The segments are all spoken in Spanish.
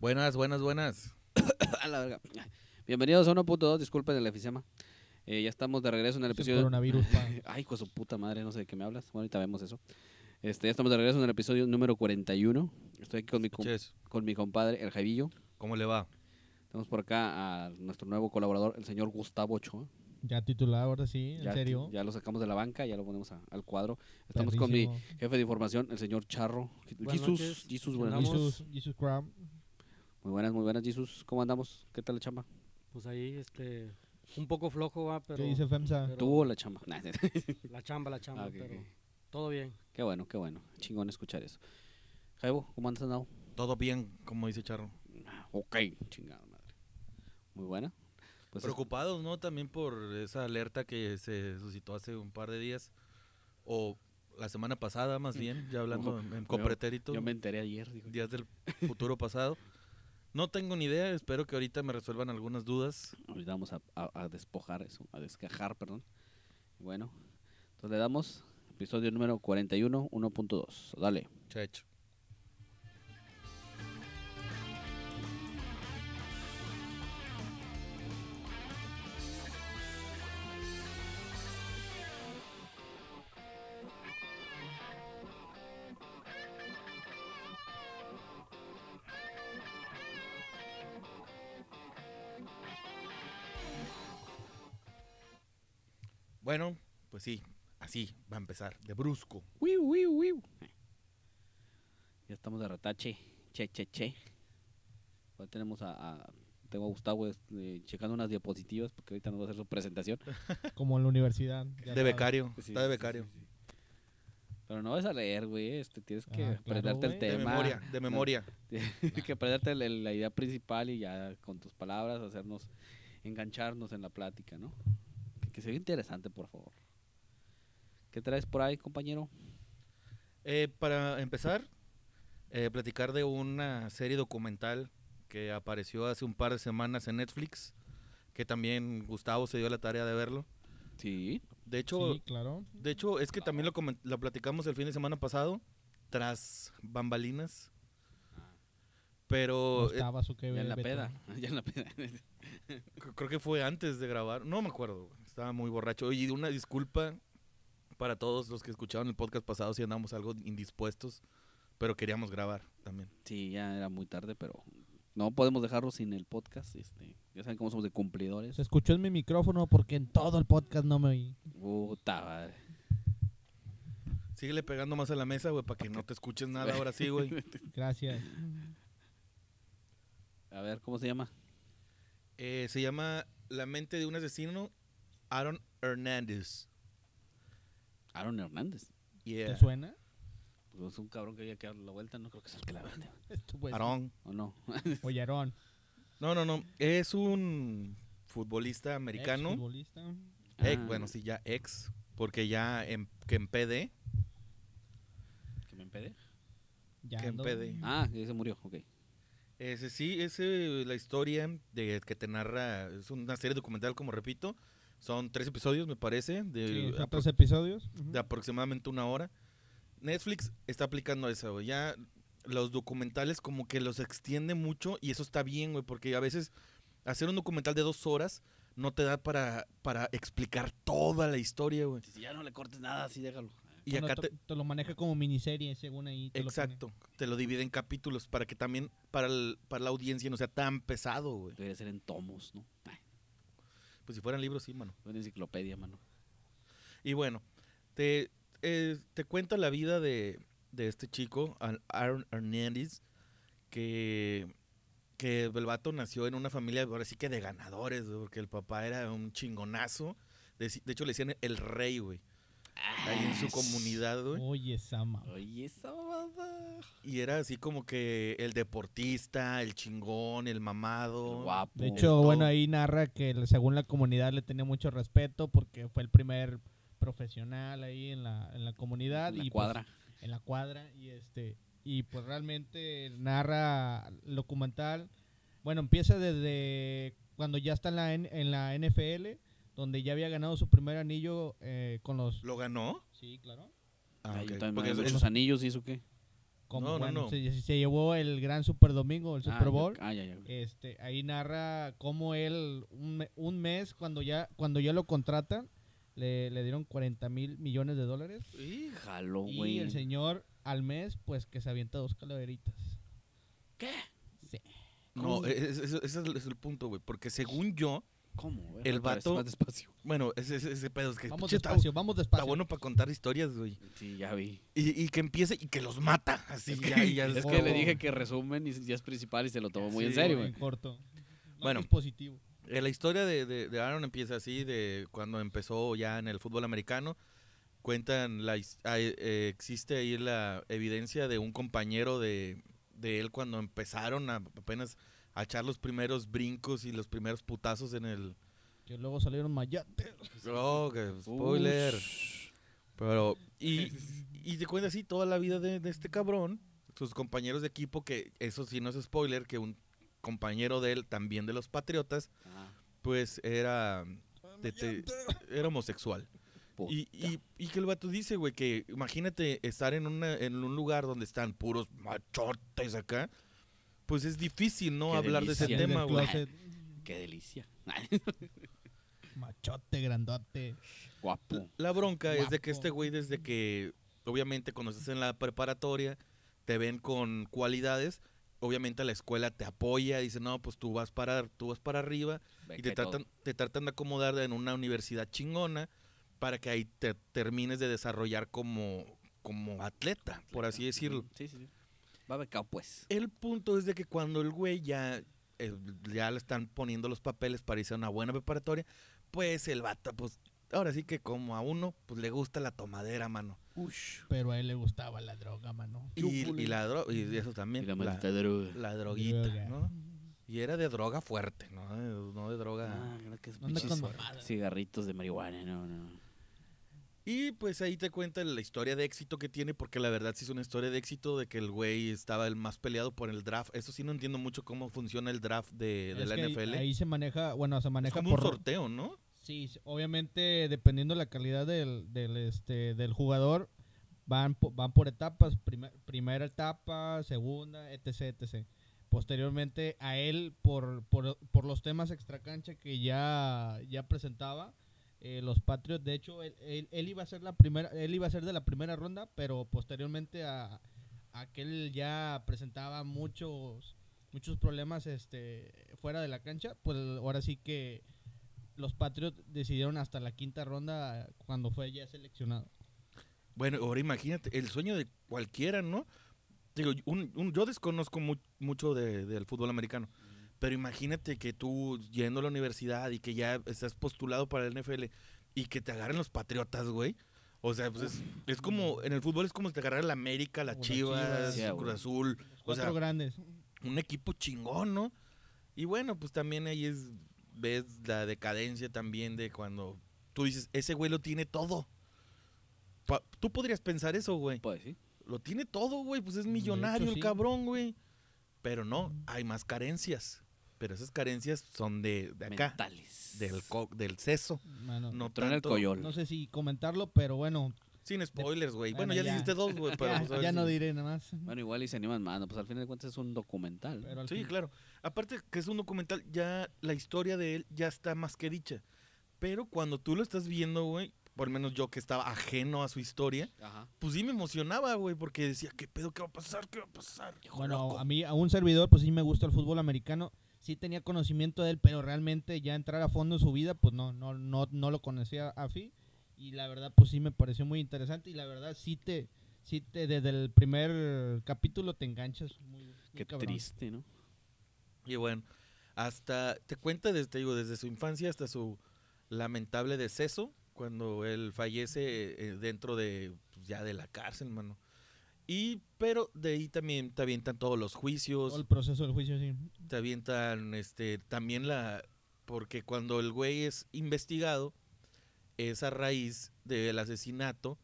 Buenas, buenas, buenas. A la verga. Bienvenidos a 1.2, disculpen el efisema. Eh, ya estamos de regreso en el Es pues el episodio. coronavirus, pa. Ay, hijo de su puta madre, no sé de qué me hablas. Bueno, ahorita vemos eso. Este, ya estamos de regreso en el episodio número 41. Estoy aquí con mi, com- Ches, con mi compadre, el Jaivillo. ¿cómo le va? Tenemos por acá a nuestro nuevo colaborador, el señor Gustavo Ochoa. Ya titulado, ahora sí, en Ya- serio. Ya lo sacamos de la banca, ya lo ponemos a- al cuadro. Estamos con mi Perrísimo. jefe de información, el señor Charro. Buenas Jesús, noches. Jesús, buenas Andamos. noches. Jesus, Jesus Crumb. Muy buenas, muy buenas, Jesús. ¿Cómo andamos? ¿Qué tal la chamba? Pues ahí, este, un poco flojo va, pero... ¿Qué dice FEMSA? pero ¿Tuvo la chamba? Nah, La chamba, la chamba, Ah, ok, pero ok. todo bien. Qué bueno, qué bueno. Chingón escuchar eso. Jaibo, ¿cómo andas andado? Todo bien, como dice Charro. Ah, Ok, chingada madre. Muy buena. Pues es- Preocupados, ¿no? También por esa alerta que se suscitó hace un par de días. O la semana pasada, más bien, ya hablando Ojo, en, en copretérito. yo me enteré ayer, digo. Días del futuro pasado. No tengo ni idea, espero que ahorita me resuelvan algunas dudas. Ahorita vamos a, a- a despojar eso, a descajar, perdón. Bueno, entonces le damos episodio número 41, 1.2. Dale. Chacho. Bueno, pues sí, así va a empezar, de brusco. Wiu, wiu, wiu. Ya estamos de retache. Che, che, che. Ahora tenemos a, a- Tengo a Gustavo este, checando unas diapositivas porque ahorita nos va a hacer su presentación. Como en la universidad. ya de sabes. becario, Pues Sí, está de sí, sí, becario. Pero no vas a leer, güey. Este, tienes que Ah, claro, aprenderte el De güey. tema. memoria, de memoria. Tienes que aprenderte el- el- la idea principal y ya con tus palabras hacernos engancharnos en la plática, ¿no? Que, que se vea interesante, por favor. ¿Qué traes por ahí, compañero? Eh, para empezar, eh, platicar de una serie documental que apareció hace un par de semanas en Netflix, que también Gustavo se dio la tarea de verlo. Sí. De hecho, Sí, claro. de hecho es que también lo, comen- lo platicamos el fin de semana pasado, tras bambalinas. No Pero eh, estaba su que Ya en la Beto. peda. Ya en la peda. c- creo que fue antes de grabar, no me acuerdo, güey, estaba muy borracho. Oye, y una disculpa para todos los que escucharon el podcast pasado si andamos algo indispuestos, pero queríamos grabar también. Sí, ya era muy tarde, pero no podemos dejarlo sin el podcast. Este, ya saben cómo somos de cumplidores. Se escuchó en mi micrófono porque en todo el podcast no me oí. Puta madre. Síguele pegando más a la mesa, güey, para que no te escuches nada ahora sí, güey. Gracias. A ver, ¿cómo se llama? Eh, se llama La mente de un asesino, Aaron Hernández. Aaron Hernández. Yeah. ¿Te suena? Pues es un cabrón que había que dar la vuelta, no creo que sea el que la vende. Esto, pues, Aaron. ¿O no? o Yaron, No, no, no. Es un futbolista americano. exfutbolista. Ex, Ah, bueno, sí, ya ex. Porque ya en, que en PD, ¿Que me empede? Ya Que en ando. PD. Ah, que se murió, ok. Ese sí, es la historia de que te narra, es una serie documental, como repito, son tres episodios, me parece, de, Sí, son apro- tres episodios. Ujú. de aproximadamente una hora. Netflix está aplicando eso, güey. Ya los documentales como que los extiende mucho y eso está bien, güey, porque a veces hacer un documental de dos horas no te da para, para explicar toda la historia, güey. Si ya no le cortes nada, así déjalo. Y Bueno, acá te, te... te lo maneja como miniserie, según ahí. te lo pone. Exacto, te lo divide en capítulos para que también para, el- para la audiencia no sea tan pesado, güey. Debería ser en tomos, ¿no? Ay, Pues si fueran libros, sí, mano. una enciclopedia, mano. Y bueno, te, eh, te cuenta la vida de, de este chico, Al- Aaron Hernández, que, que el vato nació en una familia, ahora sí que de ganadores, güey, porque el papá era un chingonazo. De, de hecho, le decían el rey, güey. Ahí en su comunidad, güey. Oye, Sama. Oye, Ah, esa mamada. Y era así como que el deportista, el chingón, el mamado. El Guapo. De es hecho, todo. bueno, ahí narra que le- según la comunidad le tenía mucho respeto porque fue el primer profesional ahí en la, en la comunidad. en la y pues, cuadra. en la cuadra y este y pues realmente narra el documental bueno empieza desde cuando ya está en la, N- en la NFL donde ya había ganado su primer anillo eh, con los ¿Lo ganó? sí claro Ah, Ay, yo ok. también ah, Porque me es- gané es- muchos anillos y eso qué. como No, no, bueno, no. Se, se llevó el gran Super Domingo, el Ah, Super ya- Bowl. Ah, ya, ya. Este, ahí narra cómo él un, me- un mes cuando ya cuando ya lo contratan le, le dieron 40 mil millones de dólares Hija. Jaló, y güey. el señor al mes pues que se avienta dos calaveritas. No, es- es- ese es el- es el punto, güey. Porque según yo, ¿Cómo, güey? el Otra vez, vato- más despacio. bueno, ese, ese, ese pedo es que Vamos pinche está- despacio, vamos está despacio. bueno para contar historias, güey. Sí, ya vi. Y, y que empiece y que los mata. Así Es ya, que, ya- es es que le como- dije que resumen y ya es principal y se lo tomó muy en Sí, serio, En güey. corto. No, Bueno. es positivo. Eh, la historia de, de- de Aaron empieza así, de cuando empezó ya en el fútbol americano. Cuentan, la, his- hay- eh, existe ahí la evidencia de un compañero de, de él cuando empezaron a, apenas a echar los primeros brincos y los primeros putazos en el... Que luego salieron mayates. Oh, que spoiler. Ush. Pero, y, eh, y te cuenta así toda la vida de, de este cabrón, sus compañeros de equipo, que eso sí no es spoiler, que un compañero de él, también de los Patriotas, Ah, pues era, de- te- era homosexual. puta. Y, y, y que el vato dice, güey, que imagínate estar en, una, en un lugar donde están puros machotes acá, pues es difícil, ¿no? Qué Hablar de delicia. ese Salen del tema, güey. closet. Qué delicia. Machote, grandote. Guapo. La bronca es de que Guapo. este güey desde que, obviamente cuando estás en la preparatoria, te ven con cualidades, obviamente la escuela te apoya, dice, no, pues tú vas para, tú vas para arriba, Ve Pues, y te que todo. tratan, te tratan de acomodar en una universidad chingona para que ahí te termines de desarrollar como, como atleta, por así decirlo. Ujú. Sí, sí, sí. Va becado, pues. El punto es de que cuando el güey ya, eh, ya le están poniendo los papeles para irse a una buena preparatoria, pues el vato, pues ahora sí que como a uno, pues le gusta la tomadera, mano. Ush. Pero a él le gustaba la droga, mano. Y, y la dro- y eso Y también, la la, maldita droga. la droguita, Droga. ¿no? Y era de droga fuerte, ¿no? De- No de droga... Ah, creo que es No anda pinches con mamadas. cigarritos de marihuana, no, no. Y pues ahí te cuenta la historia de éxito que tiene, porque la verdad sí es una historia de éxito de que el güey estaba el más peleado por el draft. Eso sí no entiendo mucho cómo funciona el draft de, de Es la que ahí- NFL. Ahí se maneja, bueno, se es maneja como un por sorteo, ¿no? Sí, s- obviamente dependiendo la calidad del, del, este, del jugador, van, po- van por etapas, primer- primera etapa, segunda, etc, etc. Posteriormente a él, por, por, por los temas extracancha que ya, ya presentaba, eh, los Patriots, de hecho, él, él- él iba a ser la primera, él iba a ser de la primera ronda, pero posteriormente a, a que él ya presentaba muchos, muchos problemas este, fuera de la cancha, pues ahora sí que los Patriots decidieron hasta la quinta ronda cuando fue ya seleccionado. Bueno, ahora imagínate, el sueño de cualquiera, ¿no? Digo, un- un- yo desconozco mu- mucho de- del fútbol americano, pero imagínate que tú yendo a la universidad y que ya estás postulado para el NFL y que te agarren los patriotas, güey. O sea, pues es, es como, en el fútbol es como si te agarrara la América, la O la Chivas, Chivas. Sí, el güey. Cruz Azul. O Cuatro sea, grandes. un equipo chingón, ¿no? Y bueno, pues también ahí es, ves la decadencia también de cuando tú dices, ese güey lo tiene todo. Pa- tú podrías pensar eso, güey. Pues sí. Lo tiene todo, güey, pues es De hecho, millonario el sí. cabrón, güey. Pero no, hay más carencias. Pero esas carencias son de, de acá, Mentales. del, co- del seso. Mano, no. No Traen el tanto- coyol. sé si comentarlo, pero bueno, Sin spoilers, güey. Bueno, Bueno, ya, ya. dijiste dos, güey, pero ya, pues, a ver ya si- no diré nada más. Bueno, igual y se animan más, ¿no? Pues al final de cuentas es un documental. ¿no? Pero al Sí, fin- claro. Aparte que es un documental, ya la historia de él ya está más que dicha. Pero cuando tú lo estás viendo, güey, por lo menos yo que estaba ajeno a su historia, Ajá. pues sí me emocionaba, güey, porque decía, ¿qué pedo? ¿Qué va a pasar? ¿Qué va a pasar? Hijo Bueno, loco". a mí, a un servidor, pues sí me gusta el fútbol americano. Sí tenía conocimiento de él, pero realmente ya entrar a fondo en su vida, pues no, no, no, no lo conocía a Fi. Y la verdad, pues sí me pareció muy interesante. Y la verdad, sí te, sí te desde el primer capítulo te enganchas. Muy, muy Qué cabrón. triste, ¿no? Y bueno, hasta, te cuenta, desde, te digo, desde su infancia hasta su lamentable deceso, cuando él fallece eh, dentro de, pues, ya de la cárcel, mano. Y, pero de ahí también te avientan todos los juicios. Todo el proceso del juicio, sí. te avientan este también la porque cuando el güey es investigado es a raíz del asesinato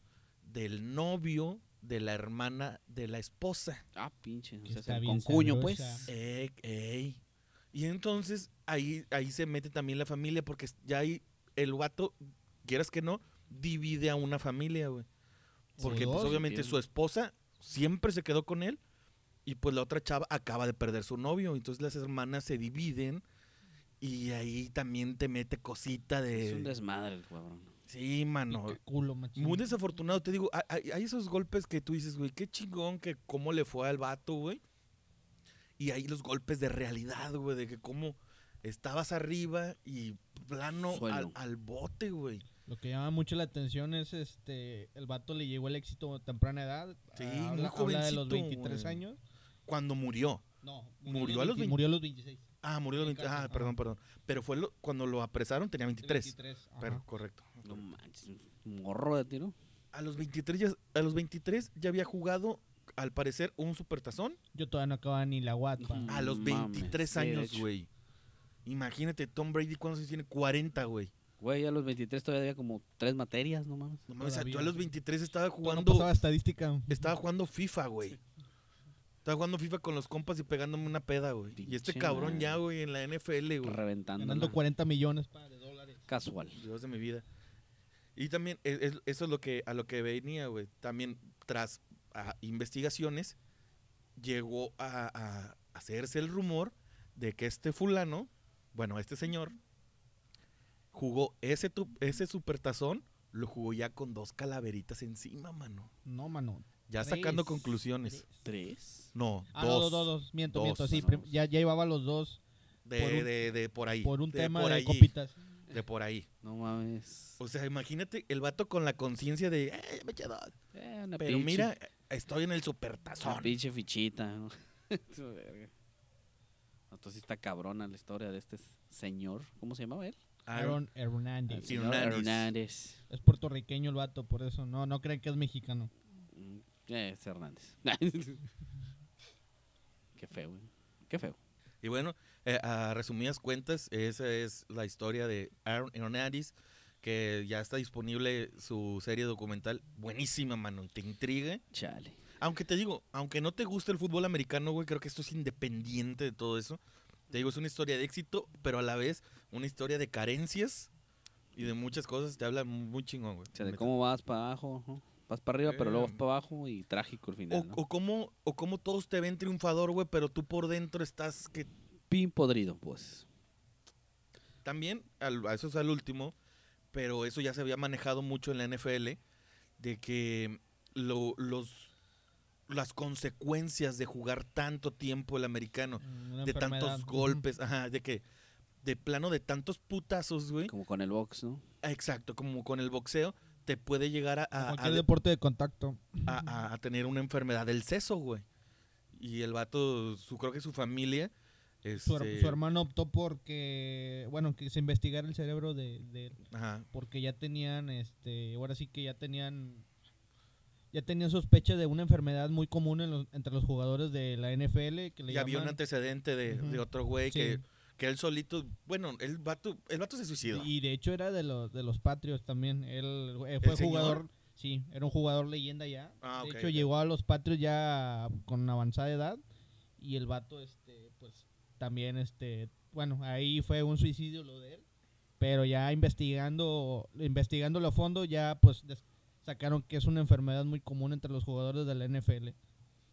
del novio de la hermana de la esposa. Ah, pinche. O Que sea, está el bien concuño, pues. sabrosa. Ey, ey. Y entonces ahí ahí se mete también la familia porque ya ahí el vato quieras que no divide a una familia, güey. Porque O pues, dos, obviamente entiendo. su esposa siempre se quedó con él Y pues la otra chava acaba de perder su novio. Entonces las hermanas se dividen. Y ahí también te mete cosita Es un de. desmadre el cabrón. Sí, mano. Pica culo, machín. Muy desafortunado, te digo, hay- hay, hay esos golpes que tú dices, güey, qué chingón que cómo le fue al vato, güey. Y hay los golpes de realidad, güey, de que cómo estabas arriba y plano al, Suelo. al bote, güey. Lo que llama mucho la atención es este el vato le llegó el éxito a temprana edad. Sí, Ah, muy habla, habla de los jovencito, 23 güey. años. Cuando murió. No, Murió a los 20 murió a los 26. Ah, murió a los En 20 Ah, cárcel, perdón, ajá. perdón. Pero fue lo- cuando lo apresaron tenía 23. 23, ajá. Pero, correcto. No manches, un gorro de tiro. A los 23 ya, a los 23 ya había jugado, al parecer, un supertazón. Yo todavía no acababa ni la guapa. No. A los Mames, 23 sí, de años, hecho. güey. Imagínate, Tom Brady, ¿cuántos años tiene? 40, güey. Güey, ya a los 23 todavía había como tres materias, no mames. No mames, o sea, yo a Todavía, los sí. 23 estaba Cuando jugando, pasaba estadística. estaba jugando FIFA, güey. Estaba jugando FIFA con los compas y pegándome una peda, güey. Y este Pinche cabrón madre. ya, güey, en la NFL, güey. Reventando. Ganando 40 millones pa, de dólares. Casual. Dios de mi vida. Y también, e- es- eso es lo que, a lo que venía, güey. También, tras ah, investigaciones, llegó a, a hacerse el rumor de que este fulano, bueno, este señor, jugó ese, tu- ese supertazón, lo jugó ya con dos calaveritas encima, mano. No, mano. Ya sacando Tres. conclusiones. Tres. ¿Tres? No, Ah, no, dos. dos, dos, dos. Miento, Dos. miento. Sí, No, prim- no. ya, ya llevaba los dos De, Por un- de, de por ahí. por un de tema por de ahí, copitas. De por ahí. No mames. O sea, imagínate el vato con la conciencia de, "Eh, me eché dos". Eh, una Pero pinche- mira, estoy en el una supertazón. pinche fichita. ¿no? Su verga. Entonces sí está cabrona la historia de este señor. ¿Cómo se llamaba él? Ah, Aaron El Hernández. Sí. señor Hernández. ah. Hernández. Es puertorriqueño el vato, por eso. No, no creen que es mexicano. Mm, eh, es Hernández. Qué feo, güey. Qué feo. Y bueno, eh, a resumidas cuentas, esa es la historia de Aaron Hernandez, que ya está disponible su serie documental. Buenísima, mano. Te intrigue. Chale. Aunque te digo, aunque no te guste el fútbol americano, güey, creo que esto es independiente de todo eso. Te digo, es una historia de éxito, pero a la vez una historia de carencias y de muchas cosas. Te habla muy chingón, güey. O sea, de cómo vas para abajo, ¿no? vas para arriba, pero luego Eh. vas para abajo y trágico el O, final. ¿no? o cómo, o cómo todos te ven triunfador, güey, pero tú por dentro estás que Pin podrido, pues. también, al- a eso es al último, pero eso ya se había manejado mucho en la NFL, de que lo- los, las consecuencias de jugar tanto tiempo el americano, Una de enfermedad. tantos golpes, ajá, de que, de plano de tantos putazos, güey, Como con el box, ¿no? ah, exacto, como con el boxeo, te puede llegar a, Ujú. a- a Cualquier de- deporte de contacto. a, a- a tener una enfermedad del seso, güey. Y el vato, su, creo que su familia... Su, her- este, su hermano optó porque, bueno, que se investigara el cerebro de, de él, ajá, porque ya tenían, este, ahora sí que ya tenían, ya tenían sospecha de una enfermedad muy común en los- entre los jugadores de la NFL que le ya había un llaman- antecedente de, Ujú. de otro güey Sí. que, que él solito, bueno, el vato, el vato se suicidó. y de hecho era de los de los Patriots también. Él eh, fue ¿El señor? jugador, sí, era un jugador leyenda ya. Ah, de ok, hecho ok. llegó a los Patriots ya con avanzada edad y el vato este pues también este, bueno, ahí fue un suicidio lo de él, pero ya investigando investigándolo a fondo ya pues des- sacaron que es una enfermedad muy común entre los jugadores de la NFL.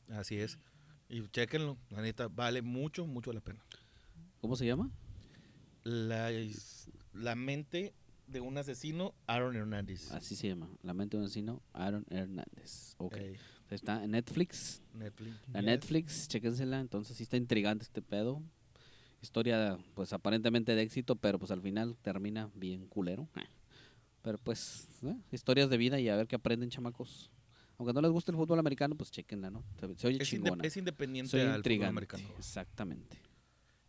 Así es. Y chequenlo, la neta, vale mucho, mucho la pena. ¿Cómo se llama? La, is- la mente de un asesino, Aaron Hernández. Así se llama. La mente de un vecino, Aaron Hernández. Ah, Ok. Ey, Está en Netflix. Netflix. La Ya. Netflix, chéquensela. Entonces sí está intrigante este pedo. Historia, pues aparentemente de éxito, pero pues al final termina bien culero. Eh. Pero pues, eh, historias de vida y a ver qué aprenden, chamacos. Aunque no les guste el fútbol americano, pues chequenla, ¿no? Se, se oye Es, inde- chingona. es independiente Soy al fútbol intrigante. americano. Exactamente.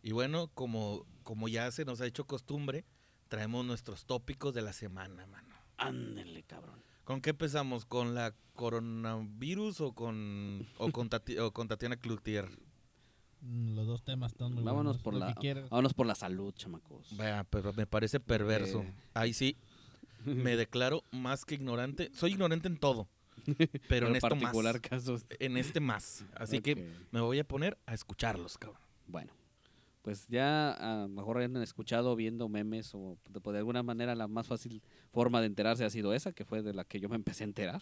Y bueno, como, como ya se nos ha hecho costumbre, traemos nuestros tópicos de la semana, mano. Ándenle, cabrón. ¿Con qué empezamos? ¿Con la coronavirus o con, o con, Tati- o con Tatiana Cloutier? Mm, Los dos temas están muy Vámonos buenos, por, lo la, que quieras. vámonos por la salud, chamacos. Vea, pero me parece perverso. Eh. Ahí sí, me declaro más que ignorante. Soy ignorante en todo, pero en esto particular más. casos. En este más. Así que Ok. me voy a poner a escucharlos, cabrón. Bueno, pues ya a lo mejor hayan escuchado viendo memes o de, pues, de alguna manera la más fácil forma de enterarse ha sido esa, que fue de la que yo me empecé a enterar.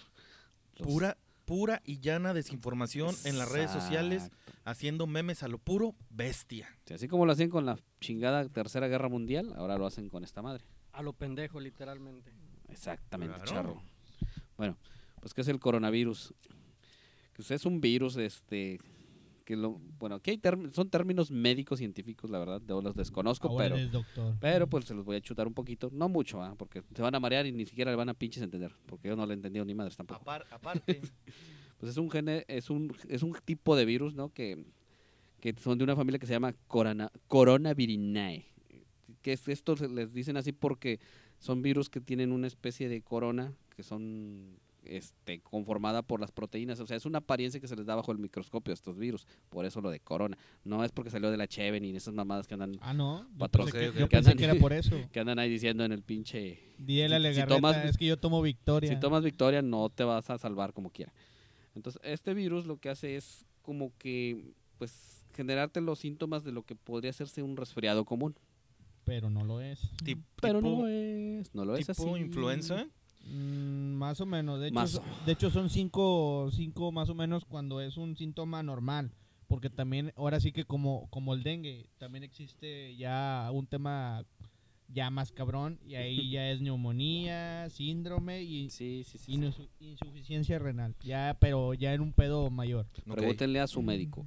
Los- Pura pura y llana desinformación en las redes sociales, Exacto. haciendo memes a lo puro bestia. Sí, así como lo hacían con la chingada Tercera Guerra Mundial, ahora lo hacen con esta madre. A lo pendejo, literalmente. Exactamente, Claro. charro. Bueno, pues ¿qué es el coronavirus? Que pues, es un virus, este, que lo, bueno, aquí hay term- son términos médicos científicos, la verdad, yo los Ah, desconozco, Ahora pero, eres doctor. pero pues se los voy a chutar un poquito, no mucho, ¿ah? porque se van a marear y ni siquiera le van a pinches entender, porque yo no le he entendido ni madres tampoco. Ah, aparte, Pues es un gene, es un, es un tipo de virus, ¿no? Que, que son de una familia que se llama corona, coronavirinae. Que es, estos se les dicen así porque son virus que tienen una especie de corona que son este, conformada por las proteínas. O sea, es una apariencia que se les da bajo el microscopio a estos virus. Por eso lo de corona. No es porque salió de la Cheven y esas mamadas que andan, Ah, no. Yo Patrón. pensé, que, Ok, yo ok. pensé que era por eso. que andan ahí diciendo en el pinche Dile a Si- la si tomas- es que yo tomo victoria. Si tomas victoria, no te vas a salvar como quiera. Entonces, este virus lo que hace es como que, pues, generarte los síntomas de lo que podría hacerse un resfriado común. Pero no lo es. ti- Pero tipo, no lo es, no lo es así. tipo influenza. Mm, más o menos. De hecho, Más so- o- de hecho son cinco, cinco más o menos cuando es un síntoma normal. Porque también, ahora sí que como, como el dengue, también existe ya un tema ya más cabrón. Y ahí ya es neumonía, síndrome y Sí, sí, sí. sí. insu- insuficiencia renal. Ya, pero ya en un pedo mayor. Ok. Pregúntenle a su médico.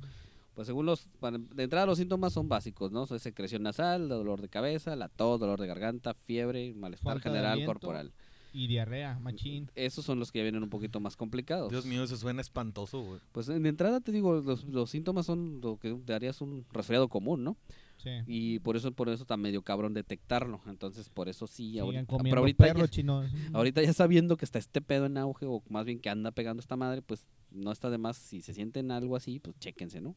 Pues según los, para- de entrada los síntomas son básicos, ¿no? Son secreción nasal, dolor de cabeza, la tos, dolor de garganta, fiebre, malestar Falta de general aliento. corporal. Y diarrea, machín. Esos son los que ya vienen un poquito más complicados. Dios mío, eso suena espantoso, güey. Pues en entrada te digo, los, los síntomas son lo que te harías un resfriado común, ¿no? Sí. Y por eso, por eso está medio cabrón detectarlo. Entonces, por eso sí, ahorita, Sigan pero comiendo ahorita perro, ya, chinos. ahorita ya sabiendo que está este pedo en auge, o más bien que anda pegando esta madre, pues no está de más. Si se sienten algo así, pues chéquense, ¿no?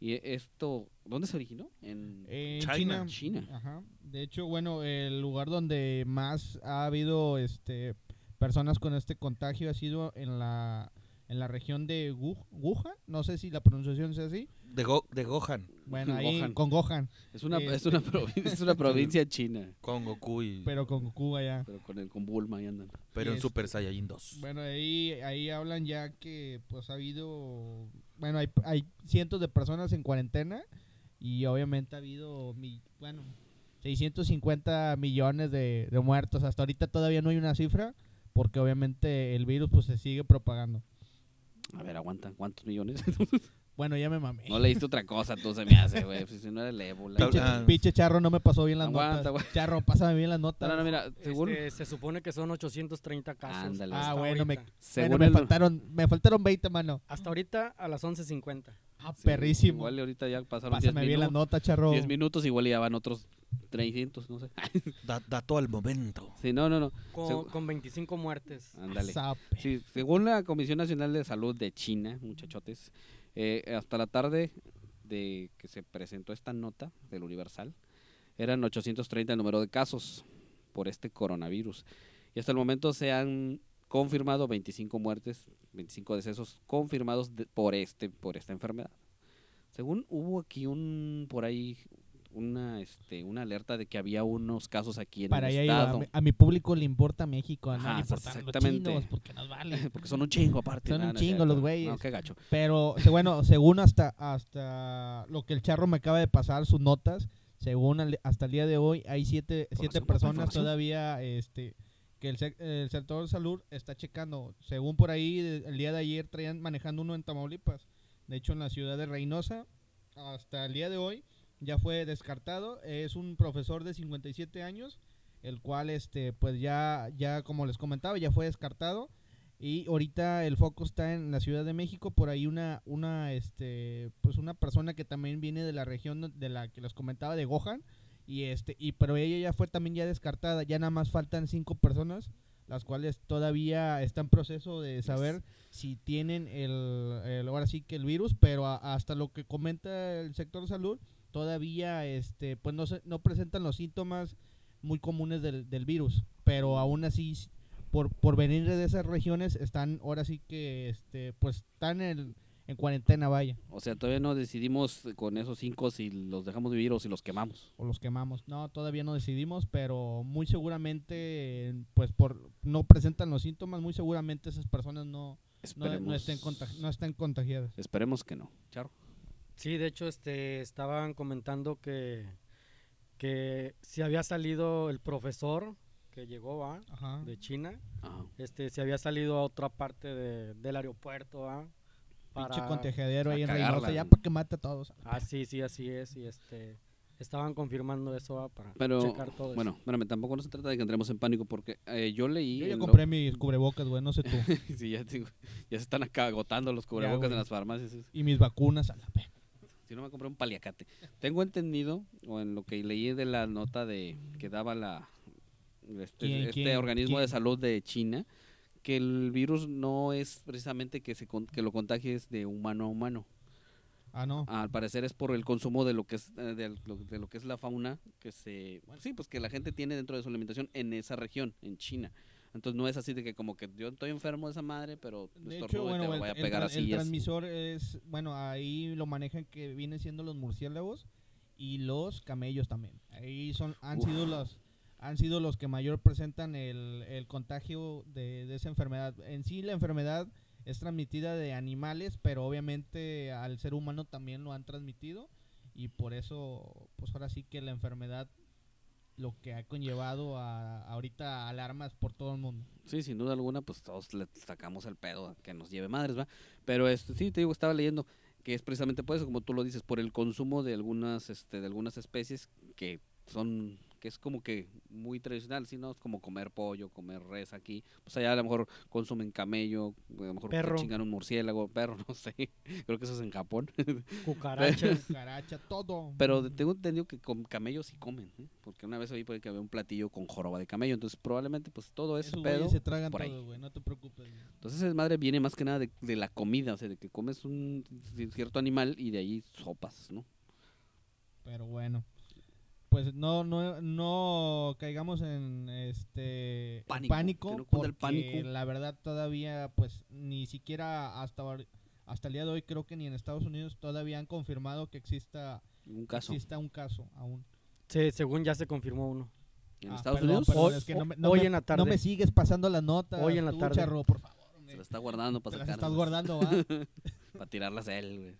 Y e- esto, ¿dónde se originó? En Eh, China. China. China. Ajá. De hecho, bueno, el lugar donde más ha habido este personas con este contagio ha sido en la en la región de Wu- Wuhan, no sé si la pronunciación es así. De, Go- de Gohan, Bueno, ahí Wuhan. con Gohan, Es una, es este- una, provincia, es una provincia china, con Goku y... Pero, pero con Goku allá. pero con el con Bulma ahí andan. en y Super Saiyajin 2. Bueno, ahí ahí hablan ya que pues ha habido bueno, hay, hay cientos de personas en cuarentena y obviamente ha habido mi, bueno, 650 millones de, de muertos. Hasta ahorita todavía no hay una cifra porque obviamente el virus pues se sigue propagando. A ver, aguantan, ¿cuántos millones? Bueno, ya me mamé. no leíste otra cosa, tú se me hace, güey. pues, Si no era el ébola. Tal- Pinche, Ah. pinche charro no me pasó bien las Aguanta, notas. aguanta. Charro, pásame bien las notas. No, no, mira, según. Este, se supone que son 830 casos. Ándale. hasta Ah, bueno, me- ahorita. según Bueno, me el- faltaron, me faltaron 20, mano. Hasta ahorita a las 11.50. Ah, Sí, perrísimo. Igual y ahorita ya pasaron 10 Pásame bien las minutos. notas, charro. 10 minutos igual ya van otros 300, no sé. Da- dato al momento. Sí, no, no, no. Con, Segu- Ah. con 25 muertes. Ándale. Sape. Sí, según la Comisión Nacional de Salud de China, muchachotes, eh, hasta la tarde de que se presentó esta nota del Universal, eran 830 el número de casos por este coronavirus. Y hasta el momento se han confirmado 25 muertes, 25 decesos confirmados de- por este por esta enfermedad. Según hubo aquí un por ahí una este una alerta de que había unos casos aquí en Para el allá iba. estado. A mi, a mi público le importa México, Ajá, no le importan exactamente. los chinos, porque nos vale. Porque son un chingo aparte. Son no, un no es chingo cierto. los güeyes. No, qué gacho. Pero, se- bueno, según hasta, hasta lo que el charro me acaba de pasar, sus notas, según al- hasta el día de hoy, hay siete, siete Información, personas información. todavía este, que el, sec- el sector de salud está checando. Según por ahí, de- el día de ayer traían manejando uno en Tamaulipas. De hecho, en la ciudad de Reynosa, hasta el día de hoy, ya fue descartado. Es un profesor de 57 años, el cual, este, pues ya, ya como les comentaba, ya fue descartado. Y ahorita el foco está en la Ciudad de México, por ahí una, una, este, pues una persona que también viene de la región de la que les comentaba de Gohan, y este, y pero ella ya fue también ya descartada, ya nada más faltan cinco personas, las cuales todavía está en proceso de saber si tienen el, el- ahora sí que el virus, pero a- hasta lo que comenta el sector salud, todavía este, pues no se- no presentan los síntomas muy comunes del, del virus, pero aún así por, por venir de esas regiones están ahora sí que este pues están en, en cuarentena vaya O sea, todavía no decidimos con esos cinco si los dejamos vivir o si los quemamos. o los quemamos no todavía no decidimos pero muy seguramente pues por no presentan los síntomas muy seguramente esas personas no no, Esperemos, no, estén contagi- no están contagiadas. Esperemos que no. Charo. Sí, de hecho, este, estaban comentando que, que si había salido el profesor que llegó ¿va? Ajá. de China, Ajá. este, se había salido a otra parte de- del aeropuerto. ¿va? Pinche Para- contagiadero ahí en para cagarla, Reynosa, ya güey. para que mate a todos. Ah, sí, sí, así es. Y este, estaban confirmando eso ¿va? para Pero, checar todo eso. bueno, espérame, tampoco no se trata de que entremos en pánico porque eh, yo leí... Yo ya en lo- compré mis cubrebocas, güey, no sé tú. Sí, ya, tengo- ya se están acá agotando los cubrebocas güey. en las farmacias. es- Y mis vacunas a la pe- Si no me compré un paliacate. Tengo entendido, o en lo que leí de la nota de que daba la este, ¿Quién, este quién, organismo de quién? salud de China, que el virus no es precisamente que se con- que lo contagies de humano a humano. Ah, no. Al parecer es por el consumo de lo que es eh, de, lo, de lo que es la fauna que se bueno, sí, pues que la gente tiene dentro de su alimentación en esa región, en China. Entonces no es así de que como que yo estoy enfermo de esa madre, pero De estornudo hecho, y bueno, te lo el, voy a el pegar tran- así. el y así. transmisor es, bueno, ahí lo manejan que vienen siendo los murciélagos y los camellos también. Ahí son, han Uf. sido los, han sido los que mayor presentan el, el contagio de, de esa enfermedad. En sí la enfermedad es transmitida de animales, pero obviamente al ser humano también lo han transmitido y por eso, pues ahora sí que la enfermedad lo que ha conllevado a, ahorita alarmas por todo el mundo. Sí, sin duda alguna, pues todos le sacamos el pedo a que nos lleve madres, ¿va? Pero este, sí, te digo, estaba leyendo que es precisamente por eso, como tú lo dices, por el consumo de algunas, este, de algunas especies que son, que es como que muy tradicional, ¿sí? ¿no? Es como comer pollo, comer res aquí. Pues allá a lo mejor consumen camello, a lo mejor que Perro. chingan un murciélago, perro, no sé. Creo que eso es en Japón. Cucarachas. Caracha, todo. Pero de- tengo entendido que con camello sí comen, ¿eh? Porque una vez oí por ahí que había un platillo con joroba de camello. Entonces probablemente pues todo ese Esos güeyes pedo se tragan por ahí. todo, güey, no te preocupes. güey. Entonces esa madre viene más que nada de, de la comida, o sea, de que comes un ci- cierto animal y de ahí sopas, ¿no? Pero bueno. Pues no no no caigamos en este en Pánico, que no cunda el porque pánico. la verdad todavía pues ni siquiera hasta ahor- hasta el día de hoy creo que ni en Estados Unidos todavía han confirmado que exista Ningún caso. exista un caso aún. Sí, según ya se confirmó uno. En Ah, Estados perdón, Unidos perdón, Hoy- es que no me- hoy me- en la tarde. no me sigues pasando las notas. Hoy en la tú, tarde. Charro, por favor. se la hombre. está guardando Te para las estás sacarlas, guardando, va. para tirarlas a él, güey.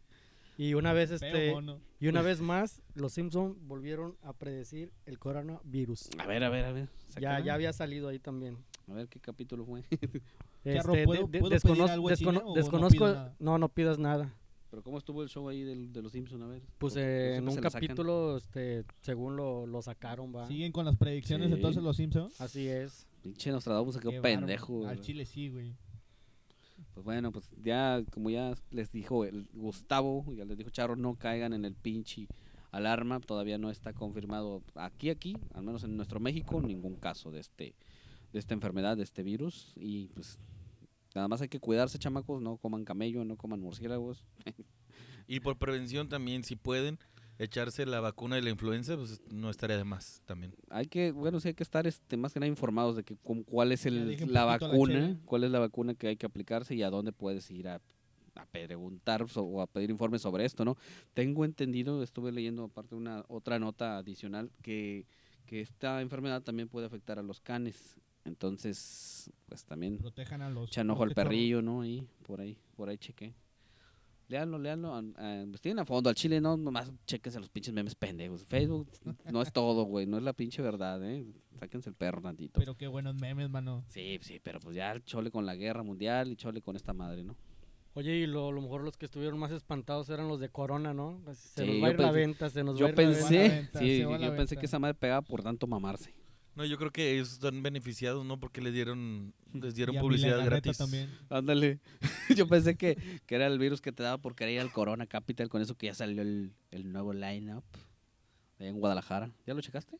Y una vez Feo este mono. y una vez más los Simpson volvieron a predecir el coronavirus. A ver, a ver, a ver. Ya, sácala. ya había salido ahí también. A ver qué capítulo fue. Charro, Este, ¿puedo- de- de- puedo pedir algo a China descono- o no desconozco, pido nada? no, no pidas nada. Pero cómo estuvo el show ahí del- de los Simpsons, a ver. Pues Porque eh, siempre en un se la sacan. capítulo, este, según lo, lo sacaron, va. Siguen con las predicciones Sí. entonces los Simpsons. Así es. Pinche Nostradamus se quedó Qué bárbaro. pendejo, güey. Al Chile sí, güey. Pues bueno, pues ya, como ya les dijo el Gustavo, ya les dijo Charro, no caigan en el pinche alarma, todavía no está confirmado aquí, aquí, al menos en nuestro México, ningún caso de este, de esta enfermedad, de este virus, y pues nada más hay que cuidarse, chamacos, no coman camello, no coman murciélagos, Y por prevención también, si pueden echarse la vacuna de la influenza, pues no estaría de más también. hay que, bueno, sí hay que estar este, más que nada informados de que cu- cuál es Ya el, dije un la poquito la vacuna, chela. cuál es la vacuna que hay que aplicarse y a dónde puedes ir a, a preguntar so- o a pedir informes sobre esto, ¿no? Tengo entendido, estuve leyendo aparte una otra nota adicional que, que esta enfermedad también puede afectar a los canes. Entonces, pues también Protejan a los. echan ojo los al cachorros. perrillo, ¿no? Ahí, por ahí, por ahí chequé. Leanlo, leanlo, an- ah, investiguen a fondo al chile, no, nomás chequense los pinches memes pendejos. Facebook no es todo, güey, no es la pinche verdad, ¿eh? Sáquense el perro tantito. Pero qué buenos memes, mano. Sí, sí, pero pues ya el chole con la guerra mundial y chole con esta madre, ¿no? Oye, y lo, a lo mejor los que estuvieron más espantados eran los de Corona, ¿no? Pues, Se Sí, nos yo va a ir la pensé- venta, se nos va a Yo ir la venta. pensé, se va a la venta, sí, se va a yo la pensé venta. que esa madre pegaba por tanto mamarse. No, yo creo que ellos están beneficiados, ¿no? Porque les dieron, les Y dieron a publicidad Milena Garreta gratis. también. Ándale, yo pensé que, que era el virus que te daba por querer ir al Corona Capital con eso que ya salió el, el nuevo lineup allá en Guadalajara. ¿Ya lo checaste?